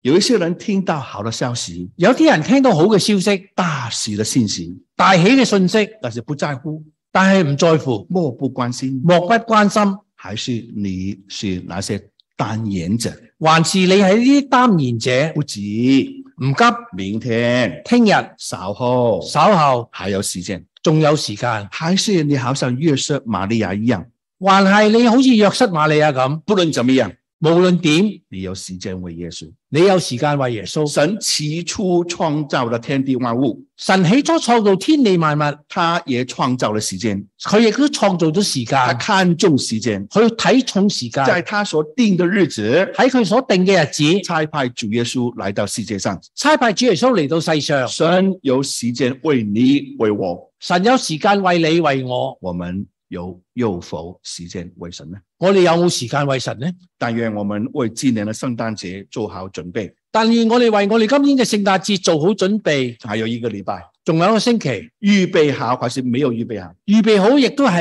Speaker 2: 有一些人听到好的消息、
Speaker 1: 有啲人听到好嘅消息、
Speaker 2: 大喜的信息，
Speaker 1: 大喜嘅信息，
Speaker 2: 但是不在乎、
Speaker 1: 但系唔在乎，
Speaker 2: 漠不关心，
Speaker 1: 漠不关心，
Speaker 2: 还是你是那些单言者？
Speaker 1: 还是你系呢啲担言者？
Speaker 2: 不急，
Speaker 1: 唔急，
Speaker 2: 明天、
Speaker 1: 听日
Speaker 2: 稍后
Speaker 1: 稍后
Speaker 2: 还有时间。
Speaker 1: 仲有时间，
Speaker 2: 还是你好像约瑟、玛利亚一样，
Speaker 1: 还系你好似约瑟玛利亚咁，
Speaker 2: 不论怎么样，
Speaker 1: 无论点，
Speaker 2: 你有时间为耶稣。
Speaker 1: 你有时间为耶稣。
Speaker 2: 神起初创造了天地万物，
Speaker 1: 神起初创造天地万物，
Speaker 2: 他也创造了时间，
Speaker 1: 佢亦都创造咗时间，
Speaker 2: 他看重时间，
Speaker 1: 佢睇重时间，
Speaker 2: 在他所定的日子，
Speaker 1: 喺佢所定嘅日子，
Speaker 2: 差派主耶稣来到世界上。
Speaker 1: 差派主耶稣嚟到世上。
Speaker 2: 神有时间为你为我，
Speaker 1: 神有时间为你为我，
Speaker 2: 我们有又否时间为神呢？
Speaker 1: 我哋有冇时间为神呢？
Speaker 2: 但愿我们为今年的圣诞节做好准备。
Speaker 1: 但愿我哋为我哋今年嘅圣诞节做好准备，
Speaker 2: 还有一个礼拜，
Speaker 1: 仲有一个星期
Speaker 2: 预备好还是没有预备好？
Speaker 1: 预备好，亦都系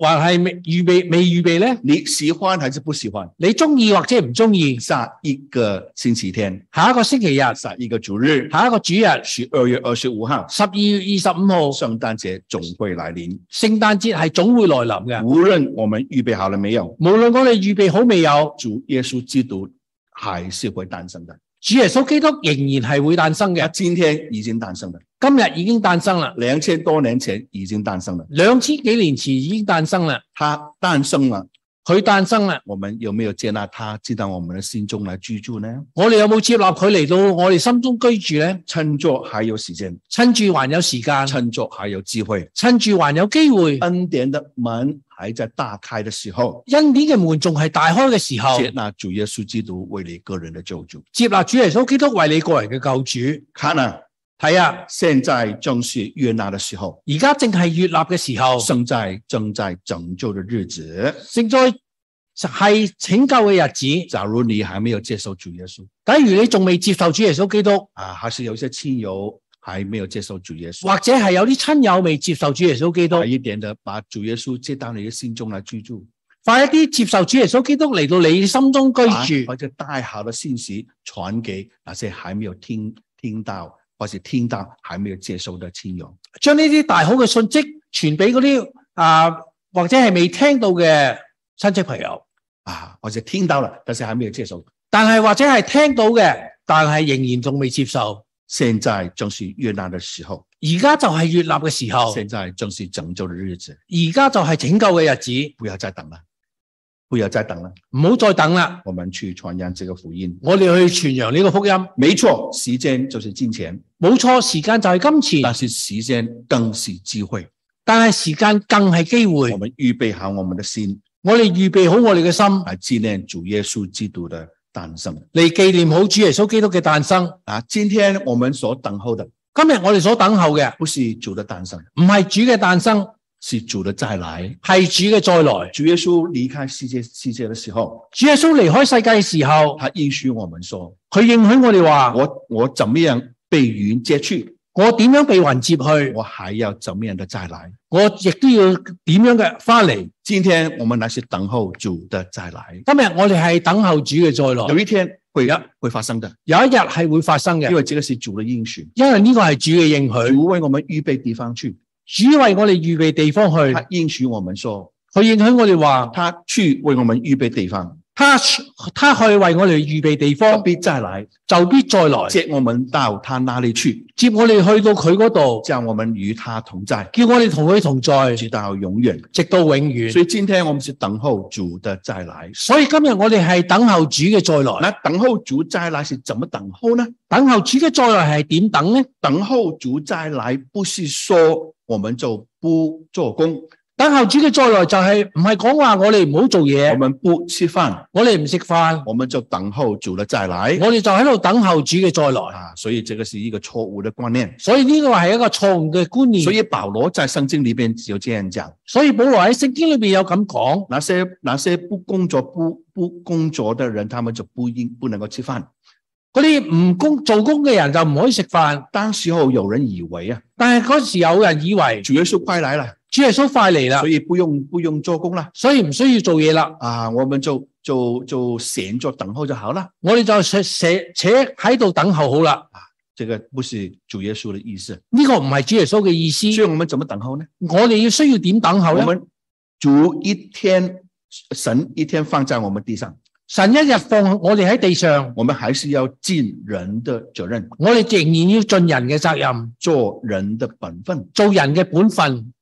Speaker 1: 还系未预备未预备呢？
Speaker 2: 你喜欢还是不喜欢？
Speaker 1: 你中意或者唔中意？
Speaker 2: 下一个星期天，
Speaker 1: 下一个星期日，
Speaker 2: 下一个主日，
Speaker 1: 下一个主日，
Speaker 2: 十二月二十五号，
Speaker 1: 十二月二十五号，
Speaker 2: 圣诞节总会来临。
Speaker 1: 圣诞节系总会来临嘅。
Speaker 2: 无论我们预备好了没有，
Speaker 1: 无论我哋预备好未有，
Speaker 2: 主耶稣基督还是会诞生的。
Speaker 1: 主耶稣基督仍然系会诞生
Speaker 2: 他
Speaker 1: 嘅。
Speaker 2: 今天已经诞生了，
Speaker 1: 今日已经诞生啦，
Speaker 2: 两千多年前已经诞生了。
Speaker 1: 两千几年前已经诞生啦，
Speaker 2: 他诞生了，
Speaker 1: 佢诞生啦。
Speaker 2: 我们有没有接纳他进到我们的心中来居住呢？
Speaker 1: 我哋有冇接纳佢嚟到我哋心中居住呢？
Speaker 2: 趁着还有时间，
Speaker 1: 趁住还有时间，
Speaker 2: 趁着还有机会，
Speaker 1: 趁住还有机会，
Speaker 2: 恩典的门还在大开的时候，
Speaker 1: 恩典嘅门仲系大开嘅时候，
Speaker 2: 接纳主耶稣基督为你个人的救主。
Speaker 1: 接纳主耶稣基督为你个人嘅救主。
Speaker 2: 看啊，
Speaker 1: 睇啊，
Speaker 2: 现在正是悦纳的时候，
Speaker 1: 而家正系越立嘅时候，
Speaker 2: 现在正在拯救的日子。
Speaker 1: 正在系拯救嘅日子。
Speaker 2: 假如你还没有接受主耶稣
Speaker 1: 假如你仲未接受主耶稣基督，
Speaker 2: 啊，还是有一些亲友还没有接受主耶稣，
Speaker 1: 或者系有啲亲友未接受主耶稣基督
Speaker 2: 快，一点的把主耶稣接到你的心中来居住，
Speaker 1: 快一啲接受主耶稣基督嚟到你心中
Speaker 2: 把
Speaker 1: 居住，
Speaker 2: 把这大好的信息传给那些还没有听听到或是听到还没有接受的亲友。
Speaker 1: 将呢啲大好嘅信息传俾嗰啲啊或者系未听到嘅亲戚朋友，
Speaker 2: 啊，或者听到了，但是还没有接受。
Speaker 1: 但系或者系听到嘅，但系仍然仲未接受。
Speaker 2: 现在正是悦纳的时候，
Speaker 1: 而家就系越立嘅时候，
Speaker 2: 现在正是拯救的日子，
Speaker 1: 而家就系拯救嘅日子，
Speaker 2: 不要再等了，不要再等了，
Speaker 1: 唔好再等啦，
Speaker 2: 我们去传扬这个福音。
Speaker 1: 我哋去传扬呢个福音。
Speaker 2: 没错，时间就是金钱，
Speaker 1: 冇错，时间就系金
Speaker 2: 但
Speaker 1: 钱，
Speaker 2: 是时间更是机会。
Speaker 1: 但系时间更系机
Speaker 2: 我
Speaker 1: 会。
Speaker 2: 们预备好我们的心，
Speaker 1: 我哋预备好我哋嘅心
Speaker 2: 来纪念主耶稣基督的诞生。
Speaker 1: 嚟纪念好主耶稣基督嘅诞生。
Speaker 2: 啊，今天我们所等候的
Speaker 1: 今日我哋所等候嘅
Speaker 2: 不是主的诞生，
Speaker 1: 唔系主嘅诞生，
Speaker 2: 是主的再来。
Speaker 1: 系主嘅再来。
Speaker 2: 主耶稣离开世界世界的时候，
Speaker 1: 主耶稣离开世界嘅时候，
Speaker 2: 他应许我们说：
Speaker 1: 佢应许我哋话：
Speaker 2: 我我怎么样被云接去，
Speaker 1: 我点样被云接去，
Speaker 2: 我还要怎么样的再来。
Speaker 1: 我亦都要点样嘅翻嚟。
Speaker 2: 今天我们乃是等候主的再来，
Speaker 1: 今日我哋系等候主嘅再
Speaker 2: 有
Speaker 1: 来，
Speaker 2: 一天会
Speaker 1: 呀
Speaker 2: 会发生的，
Speaker 1: 有一日系会发生
Speaker 2: 因
Speaker 1: 嘅，
Speaker 2: 为这个是主的应许。
Speaker 1: 因为呢个系主嘅应许。
Speaker 2: 主为我们预备地方去，
Speaker 1: 主为我哋预备地方去，
Speaker 2: 他应许我们说，
Speaker 1: 佢应许我哋话，
Speaker 2: 他去为我们预备地方，
Speaker 1: 他他去为我哋预备地
Speaker 2: 他
Speaker 1: 方，
Speaker 2: 必再来
Speaker 1: 就必再来
Speaker 2: 接我们到他那里去，
Speaker 1: 接我哋去到佢嗰度，
Speaker 2: 叫我们与他同在，
Speaker 1: 叫我哋同佢同在，
Speaker 2: 直到永远。
Speaker 1: 直到永远
Speaker 2: 所。以今天我们是等候主的再来。
Speaker 1: 所以今日我哋系等候主嘅再
Speaker 2: 那
Speaker 1: 来，
Speaker 2: 等候主再来是怎么等候呢？
Speaker 1: 等候主嘅再来系点等呢？
Speaker 2: 等候主再来不是说我们就不做工，
Speaker 1: 等候主嘅再来就系唔系讲话我哋唔好做
Speaker 2: 我
Speaker 1: 嘢，
Speaker 2: 们不吃饭，
Speaker 1: 我哋唔食饭，
Speaker 2: 我们就等候主的再来
Speaker 1: 我哋就喺度等候主嘅再来。
Speaker 2: 啊！所以这个是一个错误的观念。
Speaker 1: 所以呢个系一个错误嘅观念
Speaker 2: 所。以保罗在圣经里边只有这样讲：
Speaker 1: 所以保罗喺圣经里边有咁讲，
Speaker 2: 那些那些不工作不不工作的人，他们就不应不能够吃饭。
Speaker 1: 嗰啲唔工做工嘅人就唔可以食饭。
Speaker 2: 当时候有人以为啊，
Speaker 1: 但系嗰時有人以為
Speaker 2: 主耶稣快来了，
Speaker 1: 主耶穌快嚟啦
Speaker 2: 所，以不用不用做工了
Speaker 1: 所以唔需要做嘢啦，
Speaker 2: 啊，我们就就就闲着等候就好了。
Speaker 1: 我哋就且且且喺度等候好啦。
Speaker 2: 这个不是主耶稣的意思。
Speaker 1: 呢、個唔係主耶穌嘅意
Speaker 2: 所以
Speaker 1: 思，
Speaker 2: 我们怎么等候呢？
Speaker 1: 我哋要需要點等候
Speaker 2: 我
Speaker 1: 咧？
Speaker 2: 们主一天，神一天放在我们地上，
Speaker 1: 神一日放我哋喺地上，
Speaker 2: 我们还是要尽人的责任，
Speaker 1: 我哋仍然要盡人嘅責任，
Speaker 2: 做人的本分。
Speaker 1: 做人嘅本分。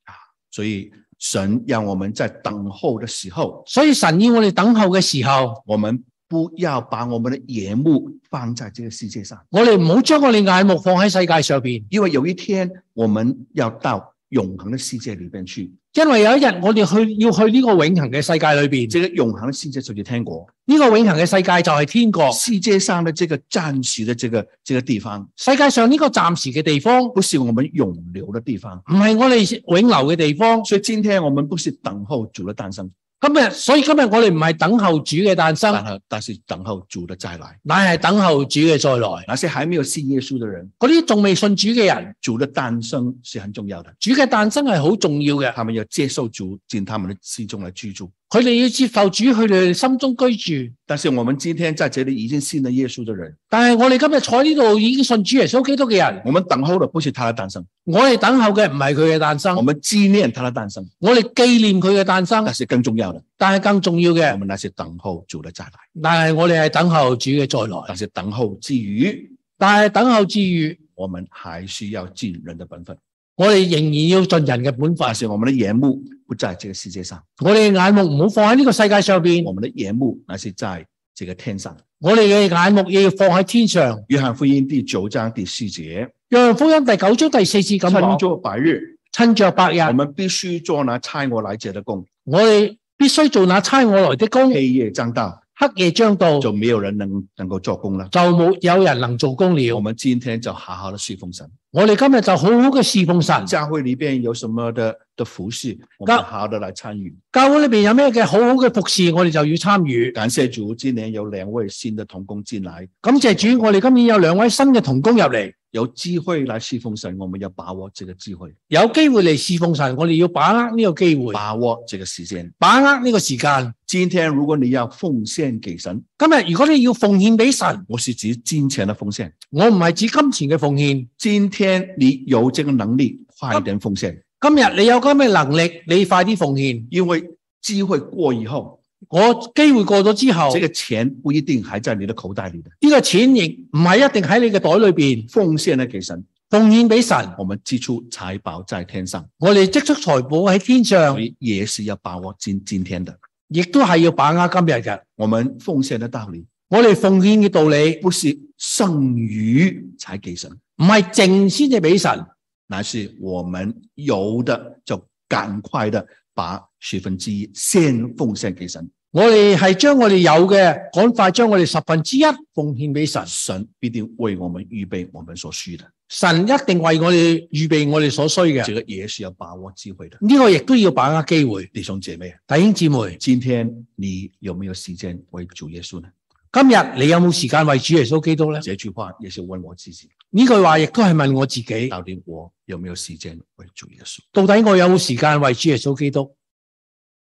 Speaker 2: 所以神让我们在等候的时候，
Speaker 1: 所以神要我哋等候嘅時候，
Speaker 2: 我们不要把我们的眼目放在这个世界上，
Speaker 1: 我哋唔好将我哋眼目放喺世界上边，
Speaker 2: 因为有一天我们要到永恒的世界里边去。
Speaker 1: 因为有一日我哋去要去呢个永恒嘅世界里边，
Speaker 2: 这个永恒的世界就是天国，
Speaker 1: 呢、個个永恒嘅世界就系天国。
Speaker 2: 世界上的这个暂时的这个这个地方，
Speaker 1: 世界上呢个暂时嘅地方，唔
Speaker 2: 不是我们永留的地方。
Speaker 1: 系我哋永留嘅地方。
Speaker 2: 所以今天我们不是等候主的诞生，
Speaker 1: 今日啊所以今日我哋唔系等候主嘅诞生，
Speaker 2: 但但是等候主的再来。
Speaker 1: 乃系等候主嘅再来。
Speaker 2: 那些还没有信耶稣的人，
Speaker 1: 嗰啲仲未信主嘅人，
Speaker 2: 主的诞生是很重要的，
Speaker 1: 主嘅诞生系好重要嘅。
Speaker 2: 他们要接受主进他们的心中来居住。
Speaker 1: 佢哋要接受主，佢哋心中居住。
Speaker 2: 但是我们今天在这里已经信了耶稣的人，
Speaker 1: 但系我哋今日坐喺呢度已经信主耶稣基督嘅人，
Speaker 2: 我们等候的不是他的诞生，
Speaker 1: 我哋等候嘅唔系佢嘅诞生
Speaker 2: 我，们纪念他的诞生，
Speaker 1: 我哋纪念佢嘅诞生
Speaker 2: 但，是更重要的，
Speaker 1: 但系更重要
Speaker 2: 我
Speaker 1: 嘅，
Speaker 2: 们那些等候主的再来。
Speaker 1: 但系我哋系等候主嘅再来。
Speaker 2: 但是等候之余，
Speaker 1: 但系等候之余，
Speaker 2: 我们还需要尽人的本分。
Speaker 1: 我哋仍然要尽人嘅本分
Speaker 2: 但。是我们的眼目不在这个世界上，
Speaker 1: 我哋眼目唔好放喺呢个世界上边，
Speaker 2: 我们的眼目乃是在这个天上。
Speaker 1: 我哋嘅眼目要放喺天上。
Speaker 2: 约翰福音第九章第四节，
Speaker 1: 约翰福音第九章第四節咁
Speaker 2: 趁
Speaker 1: 講：
Speaker 2: 着嗯白日，
Speaker 1: 趁着白日
Speaker 2: 我，们必须做那差我来者的工。
Speaker 1: 我哋必須做那差我來的工。
Speaker 2: 黑夜将到，
Speaker 1: 黑夜將到，
Speaker 2: 就
Speaker 1: 就
Speaker 2: 没有人能能够做工了。
Speaker 1: 冇有人能做工
Speaker 2: 我
Speaker 1: 了。
Speaker 2: 们今天就好好的侍奉神。
Speaker 1: 我哋今日就好好嘅侍奉神。
Speaker 2: 教会里边有什么的的服饰，我们好好的来参与。
Speaker 1: 教會裏边有咩嘅好好嘅服侍，我哋就要參與。
Speaker 2: 感谢主，今年有两位新的童工进来，
Speaker 1: 感謝主，我哋今年有兩位新嘅童工入嚟，
Speaker 2: 有机会来侍奉神，我们要把握这个机会，
Speaker 1: 有機會嚟侍奉神，我哋要把握呢個機會，
Speaker 2: 把握这个时间。
Speaker 1: 把握呢個時間。
Speaker 2: 今天如果你要奉献给神，
Speaker 1: 今日如果你要奉獻俾神，
Speaker 2: 我是指金钱的奉献。
Speaker 1: 我唔係指金錢嘅奉獻。
Speaker 2: 今天你有这个能力，快一点奉献，
Speaker 1: 今日你有咁嘅能力，你快啲奉獻。
Speaker 2: 因为机会过以后，
Speaker 1: 我機會過咗之後，
Speaker 2: 这个钱不一定还在你的口袋里的。
Speaker 1: 呢個錢亦唔係一定喺你嘅袋裏边
Speaker 2: 奉献了给神，
Speaker 1: 奉獻俾神，
Speaker 2: 我们寄出财宝在天上，
Speaker 1: 我哋積蓄財寶喺天上
Speaker 2: 所，以也是要把握今今天的。
Speaker 1: 亦都係要把握今日嘅。
Speaker 2: 我们奉献的道理
Speaker 1: 我哋奉獻嘅道理
Speaker 2: 不是剩余才给神，
Speaker 1: 唔係淨先至俾神，
Speaker 2: 乃是我们有的就赶快的把十分之一先奉献给神，
Speaker 1: 我哋係將我哋有嘅趕快將我哋十分之一奉獻俾神，
Speaker 2: 神必定为我们预备我们所需的。
Speaker 1: 神一定為我哋預備我哋所需嘅
Speaker 2: 这。个也是要把握机会的，
Speaker 1: 呢、個亦都要把握機會。
Speaker 2: 弟兄姐妹，
Speaker 1: 弟兄姊妹，
Speaker 2: 今天你有没有时间为主耶稣呢？
Speaker 1: 今日你有冇時間為主耶穌基督呢？
Speaker 2: 这句话也是问我自己，
Speaker 1: 呢句話亦都係問我自己。
Speaker 2: 到底我有没有时间为主耶稣？
Speaker 1: 到底我有冇时间为主耶稣基督？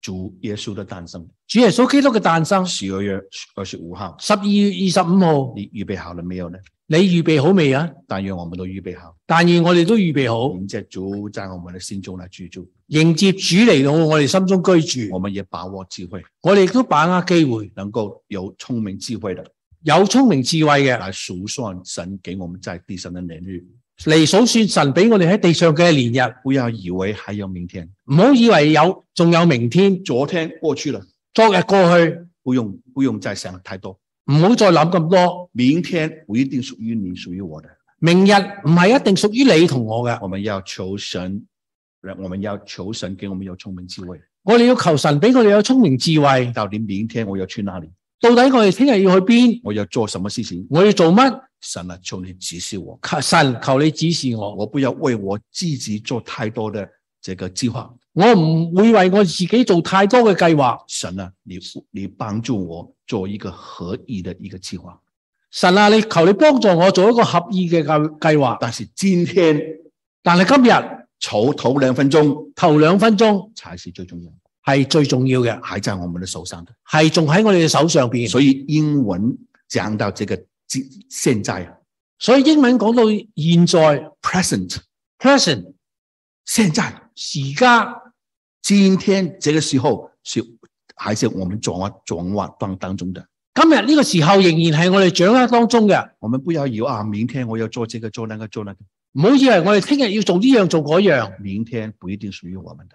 Speaker 2: 主耶稣的诞生，
Speaker 1: 主耶稣基督嘅诞生，
Speaker 2: 十二月二十五号，
Speaker 1: 十二月二十五号，
Speaker 2: 你预备好了没有呢？
Speaker 1: 你预备好未啊？
Speaker 2: 但愿我们都预备好，
Speaker 1: 但愿我哋都预备好，
Speaker 2: 迎接主在我们的心中来居住，
Speaker 1: 迎接主嚟到我哋心中居住。
Speaker 2: 我们也把握机会，
Speaker 1: 我哋亦都把握机会，
Speaker 2: 能够有聪明智慧的
Speaker 1: 有聪明智慧嘅
Speaker 2: 来数算神给我们在地上的年日，
Speaker 1: 嚟数算神俾我哋喺地上嘅年日。
Speaker 2: 不要以为还有明天，
Speaker 1: 唔好以为有仲有明天，
Speaker 2: 昨天过去了，
Speaker 1: 昨日过去，
Speaker 2: 不用不用再想太多。
Speaker 1: 唔好再谂咁多。
Speaker 2: 明天不一定属于你，属于我的。
Speaker 1: 明日唔系一定属于你同我嘅，
Speaker 2: 我们要求神，我们要求神给我们有聪明智慧。
Speaker 1: 我哋要求神俾我哋有聪明智慧。
Speaker 2: 到底明天我要去哪里？
Speaker 1: 到底我哋听日要去边？
Speaker 2: 我要做什么事情？
Speaker 1: 我要做乜？
Speaker 2: 神啊，求你指示我，
Speaker 1: 求神求你指示我，
Speaker 2: 哦我不要为我自己做太多的这个计划。
Speaker 1: 我唔会为我自己做太多嘅计划。
Speaker 2: 神啊，你你帮助我做一个合意的一个计划。
Speaker 1: 神啊，你求你帮助我做一个合意嘅计计划。
Speaker 2: 但是今天
Speaker 1: 但系今日
Speaker 2: 筹头两分钟
Speaker 1: 头两分钟
Speaker 2: 才是最重要的，
Speaker 1: 系最重要嘅，
Speaker 2: 还在我们的手上的。
Speaker 1: 系仲喺我哋嘅手上边。
Speaker 2: 所以英文讲到这个今现在啊
Speaker 1: 所以英文讲到现在
Speaker 2: present
Speaker 1: present
Speaker 2: 现在。
Speaker 1: 時家，
Speaker 2: 今天这个时候是还是我们掌握掌握当当中的。
Speaker 1: 今日呢个时候仍然系我哋掌握当中嘅。
Speaker 2: 我们不要以为啊，明天我要做这个做那个做那个，
Speaker 1: 唔好以为我哋听日要做呢样做嗰样，
Speaker 2: 明天不一定属于我们的。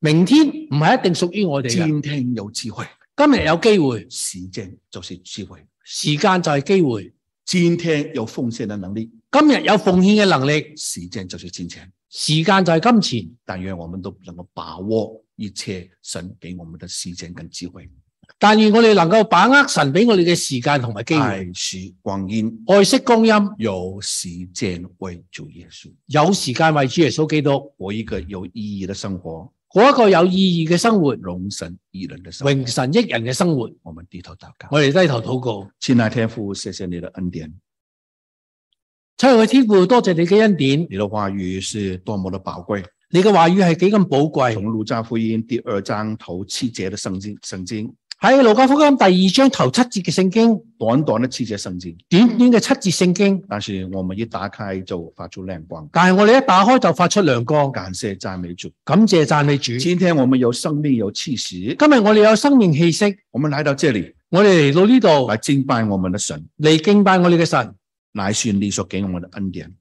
Speaker 1: 明天唔系一定属于我哋嘅。
Speaker 2: 今天有机会，
Speaker 1: 今日有機會，
Speaker 2: 时间就是智慧。
Speaker 1: 時間就係機會。
Speaker 2: 今天有奉献的能力，
Speaker 1: 今日有奉獻嘅能力，
Speaker 2: 时间就是金钱。
Speaker 1: 時間就係金錢。
Speaker 2: 但愿我们都能够把握一切神给我们的时间跟机会，
Speaker 1: 但願我哋能夠把握神俾我哋嘅時間同埋機會，
Speaker 2: 爱惜光阴，
Speaker 1: 愛惜光陰，
Speaker 2: 有时间为主耶稣，
Speaker 1: 有時間為主耶穌基督
Speaker 2: 过一个有意义的生活，
Speaker 1: 過一個有意義嘅生活，
Speaker 2: 容神一人的生活。
Speaker 1: 榮神益人嘅生活。
Speaker 2: 我们低头祷告，
Speaker 1: 我哋低頭禱告，
Speaker 2: 亲爱天父，谢谢你的恩典，
Speaker 1: 親愛嘅天父，多謝你嘅恩典，
Speaker 2: 你的话语是多么的宝贵。
Speaker 1: 你嘅話語係幾咁寶貴。
Speaker 2: 从路加福音第二章头七节的圣经，圣经
Speaker 1: 喺路加福音第二章頭七節嘅聖經，
Speaker 2: 短短的七节圣经，
Speaker 1: 短短嘅七節聖經，
Speaker 2: 但是我们一打开就发出亮光。
Speaker 1: 但係我哋一打開就發出亮光，
Speaker 2: 感谢赞美主。
Speaker 1: 感謝讚美主。
Speaker 2: 今天我们有生命有气息，
Speaker 1: 今日我哋有生命氣息，
Speaker 2: 我们来到这里
Speaker 1: 我哋嚟到呢度
Speaker 2: 来敬拜我们的神，
Speaker 1: 嚟敬拜我哋嘅神，
Speaker 2: 乃是你所给我们的恩典。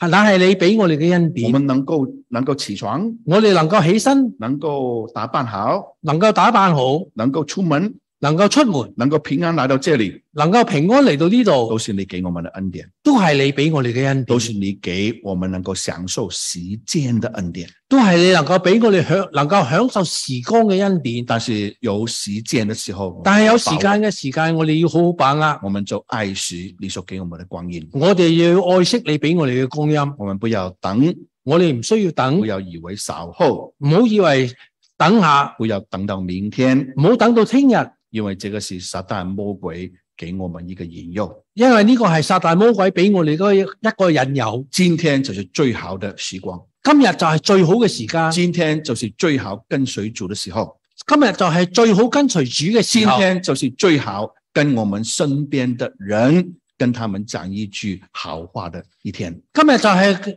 Speaker 1: 但係你俾我哋嘅恩
Speaker 2: 我
Speaker 1: 典，
Speaker 2: 们能够能够起床，
Speaker 1: 我哋能夠起身，
Speaker 2: 能够打扮好，
Speaker 1: 能夠打扮好，
Speaker 2: 能够出门，
Speaker 1: 能夠出門，
Speaker 2: 能够平安来到这里，
Speaker 1: 能夠平安嚟到呢度
Speaker 2: 都，是你给我们的恩典，
Speaker 1: 都係你俾我哋嘅恩典
Speaker 2: 都，是你给我们能够享受时间的恩典。
Speaker 1: 都係你能夠俾我哋享，能夠享受時光嘅恩典。
Speaker 2: 但是有时间的时候，
Speaker 1: 但係有時間嘅時間，我哋要好好把握，
Speaker 2: 我们就爱惜你所给我们的光阴。
Speaker 1: 我哋要愛惜你俾我哋嘅光陰。
Speaker 2: 我们不要等，
Speaker 1: 我哋唔需要等
Speaker 2: 不，要以为稍后，
Speaker 1: 唔好以為等下，
Speaker 2: 不要等到明天，
Speaker 1: 唔好等到聽日，
Speaker 2: 因为这个是撒旦魔鬼给我们一个引诱。
Speaker 1: 因為呢個係撒旦魔鬼俾我哋嗰一個引誘。
Speaker 2: 今天就是最好的时光，
Speaker 1: 今日就係最好嘅時間，
Speaker 2: 今天就是最好跟随主的时候，
Speaker 1: 今日就係最好跟隨主嘅時
Speaker 2: 今
Speaker 1: 候。
Speaker 2: 天就是最好跟我们身边的人跟他们讲一句好话的一天。
Speaker 1: 今日就係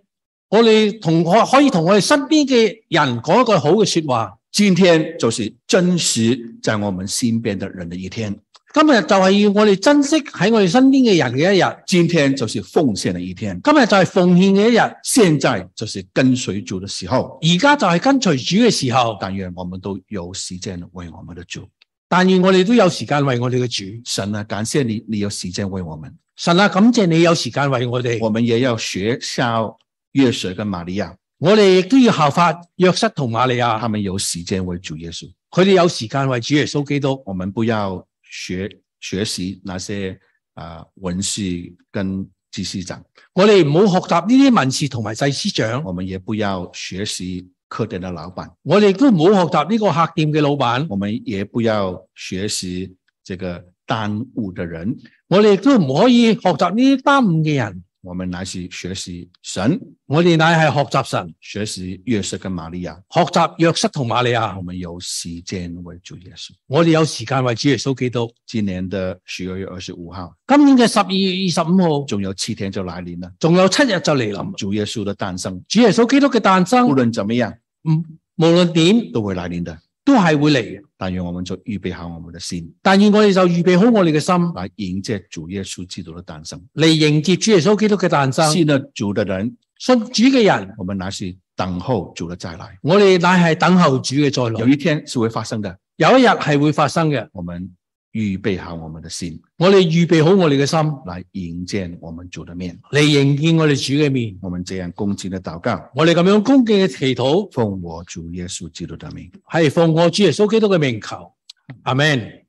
Speaker 1: 我哋同我可以同我哋身邊嘅人講一句好嘅说話。
Speaker 2: 今天就是真实在我们身边的人的一天，
Speaker 1: 今日就係要我哋珍惜喺我哋身邊嘅人嘅一日。
Speaker 2: 今天就是奉献的一天。
Speaker 1: 今日就係奉獻嘅一日，
Speaker 2: 现在就是跟隨主的時候，
Speaker 1: 而家就係跟隨主嘅時候。
Speaker 2: 但願我們都有時間為我們的主。
Speaker 1: 但願我哋都有時間為我哋嘅主。
Speaker 2: 神啊，感謝你，你有時間為我們。
Speaker 1: 神啊，感謝你有時間為我哋。
Speaker 2: 我們也要學效約瑟跟瑪利亞，
Speaker 1: 我哋亦都要效法約瑟同瑪利亞，
Speaker 2: 他們有時間為主耶穌。
Speaker 1: 佢哋有時間為主耶穌基督。
Speaker 2: 我們不要學学习那些啊、呃文士跟祭司長，
Speaker 1: 我哋唔好學習呢啲文士同埋祭司長，
Speaker 2: 我們也不要學習客店的老闆，
Speaker 1: 我哋亦都唔好學習呢個客店嘅老闆，
Speaker 2: 我們也不要學習這個耽誤的人。
Speaker 1: 我哋亦都唔可以學習呢啲耽誤嘅人。
Speaker 2: 我們乃是學習神，
Speaker 1: 我哋乃係學習神，
Speaker 2: 學習約瑟跟瑪利亞。
Speaker 1: 學習約瑟同瑪利
Speaker 2: 我
Speaker 1: 亞。
Speaker 2: 们有时间为主耶稣。
Speaker 1: 我哋有時間為主耶穌基督。
Speaker 2: 今年的十二月二十五号，
Speaker 1: 今年嘅十二月二十五號，
Speaker 2: 仲有七天就来临了。
Speaker 1: 仲有七日就嚟臨。
Speaker 2: 主耶稣的诞生，
Speaker 1: 主耶穌基督嘅誕生，
Speaker 2: 无论怎么样
Speaker 1: 唔無論點
Speaker 2: 都会来临的。
Speaker 1: 都係會嚟嘅。
Speaker 2: 但愿我们就预备好我们的心，
Speaker 1: 但願我哋就預備好我哋嘅心
Speaker 2: 来迎接主耶稣基督的诞生。
Speaker 1: 嚟迎接主耶穌基督嘅誕生。
Speaker 2: 信了主的人，
Speaker 1: 信主嘅人，
Speaker 2: 我们乃是等候主的再来。
Speaker 1: 我哋乃係等候主嘅再
Speaker 2: 有
Speaker 1: 來。
Speaker 2: 一天是会发生的。
Speaker 1: 有一日係會發生嘅。
Speaker 2: 我们预备好我们的心，
Speaker 1: 我哋預備好我哋嘅心
Speaker 2: 来迎接我们主的面。
Speaker 1: 嚟迎見我哋主嘅面。
Speaker 2: 我们这样恭敬的祷告，
Speaker 1: 我哋咁樣恭敬嘅祈禱，
Speaker 2: 奉我主耶稣基督的名。
Speaker 1: 係奉我主耶穌基督嘅名求。阿 Man。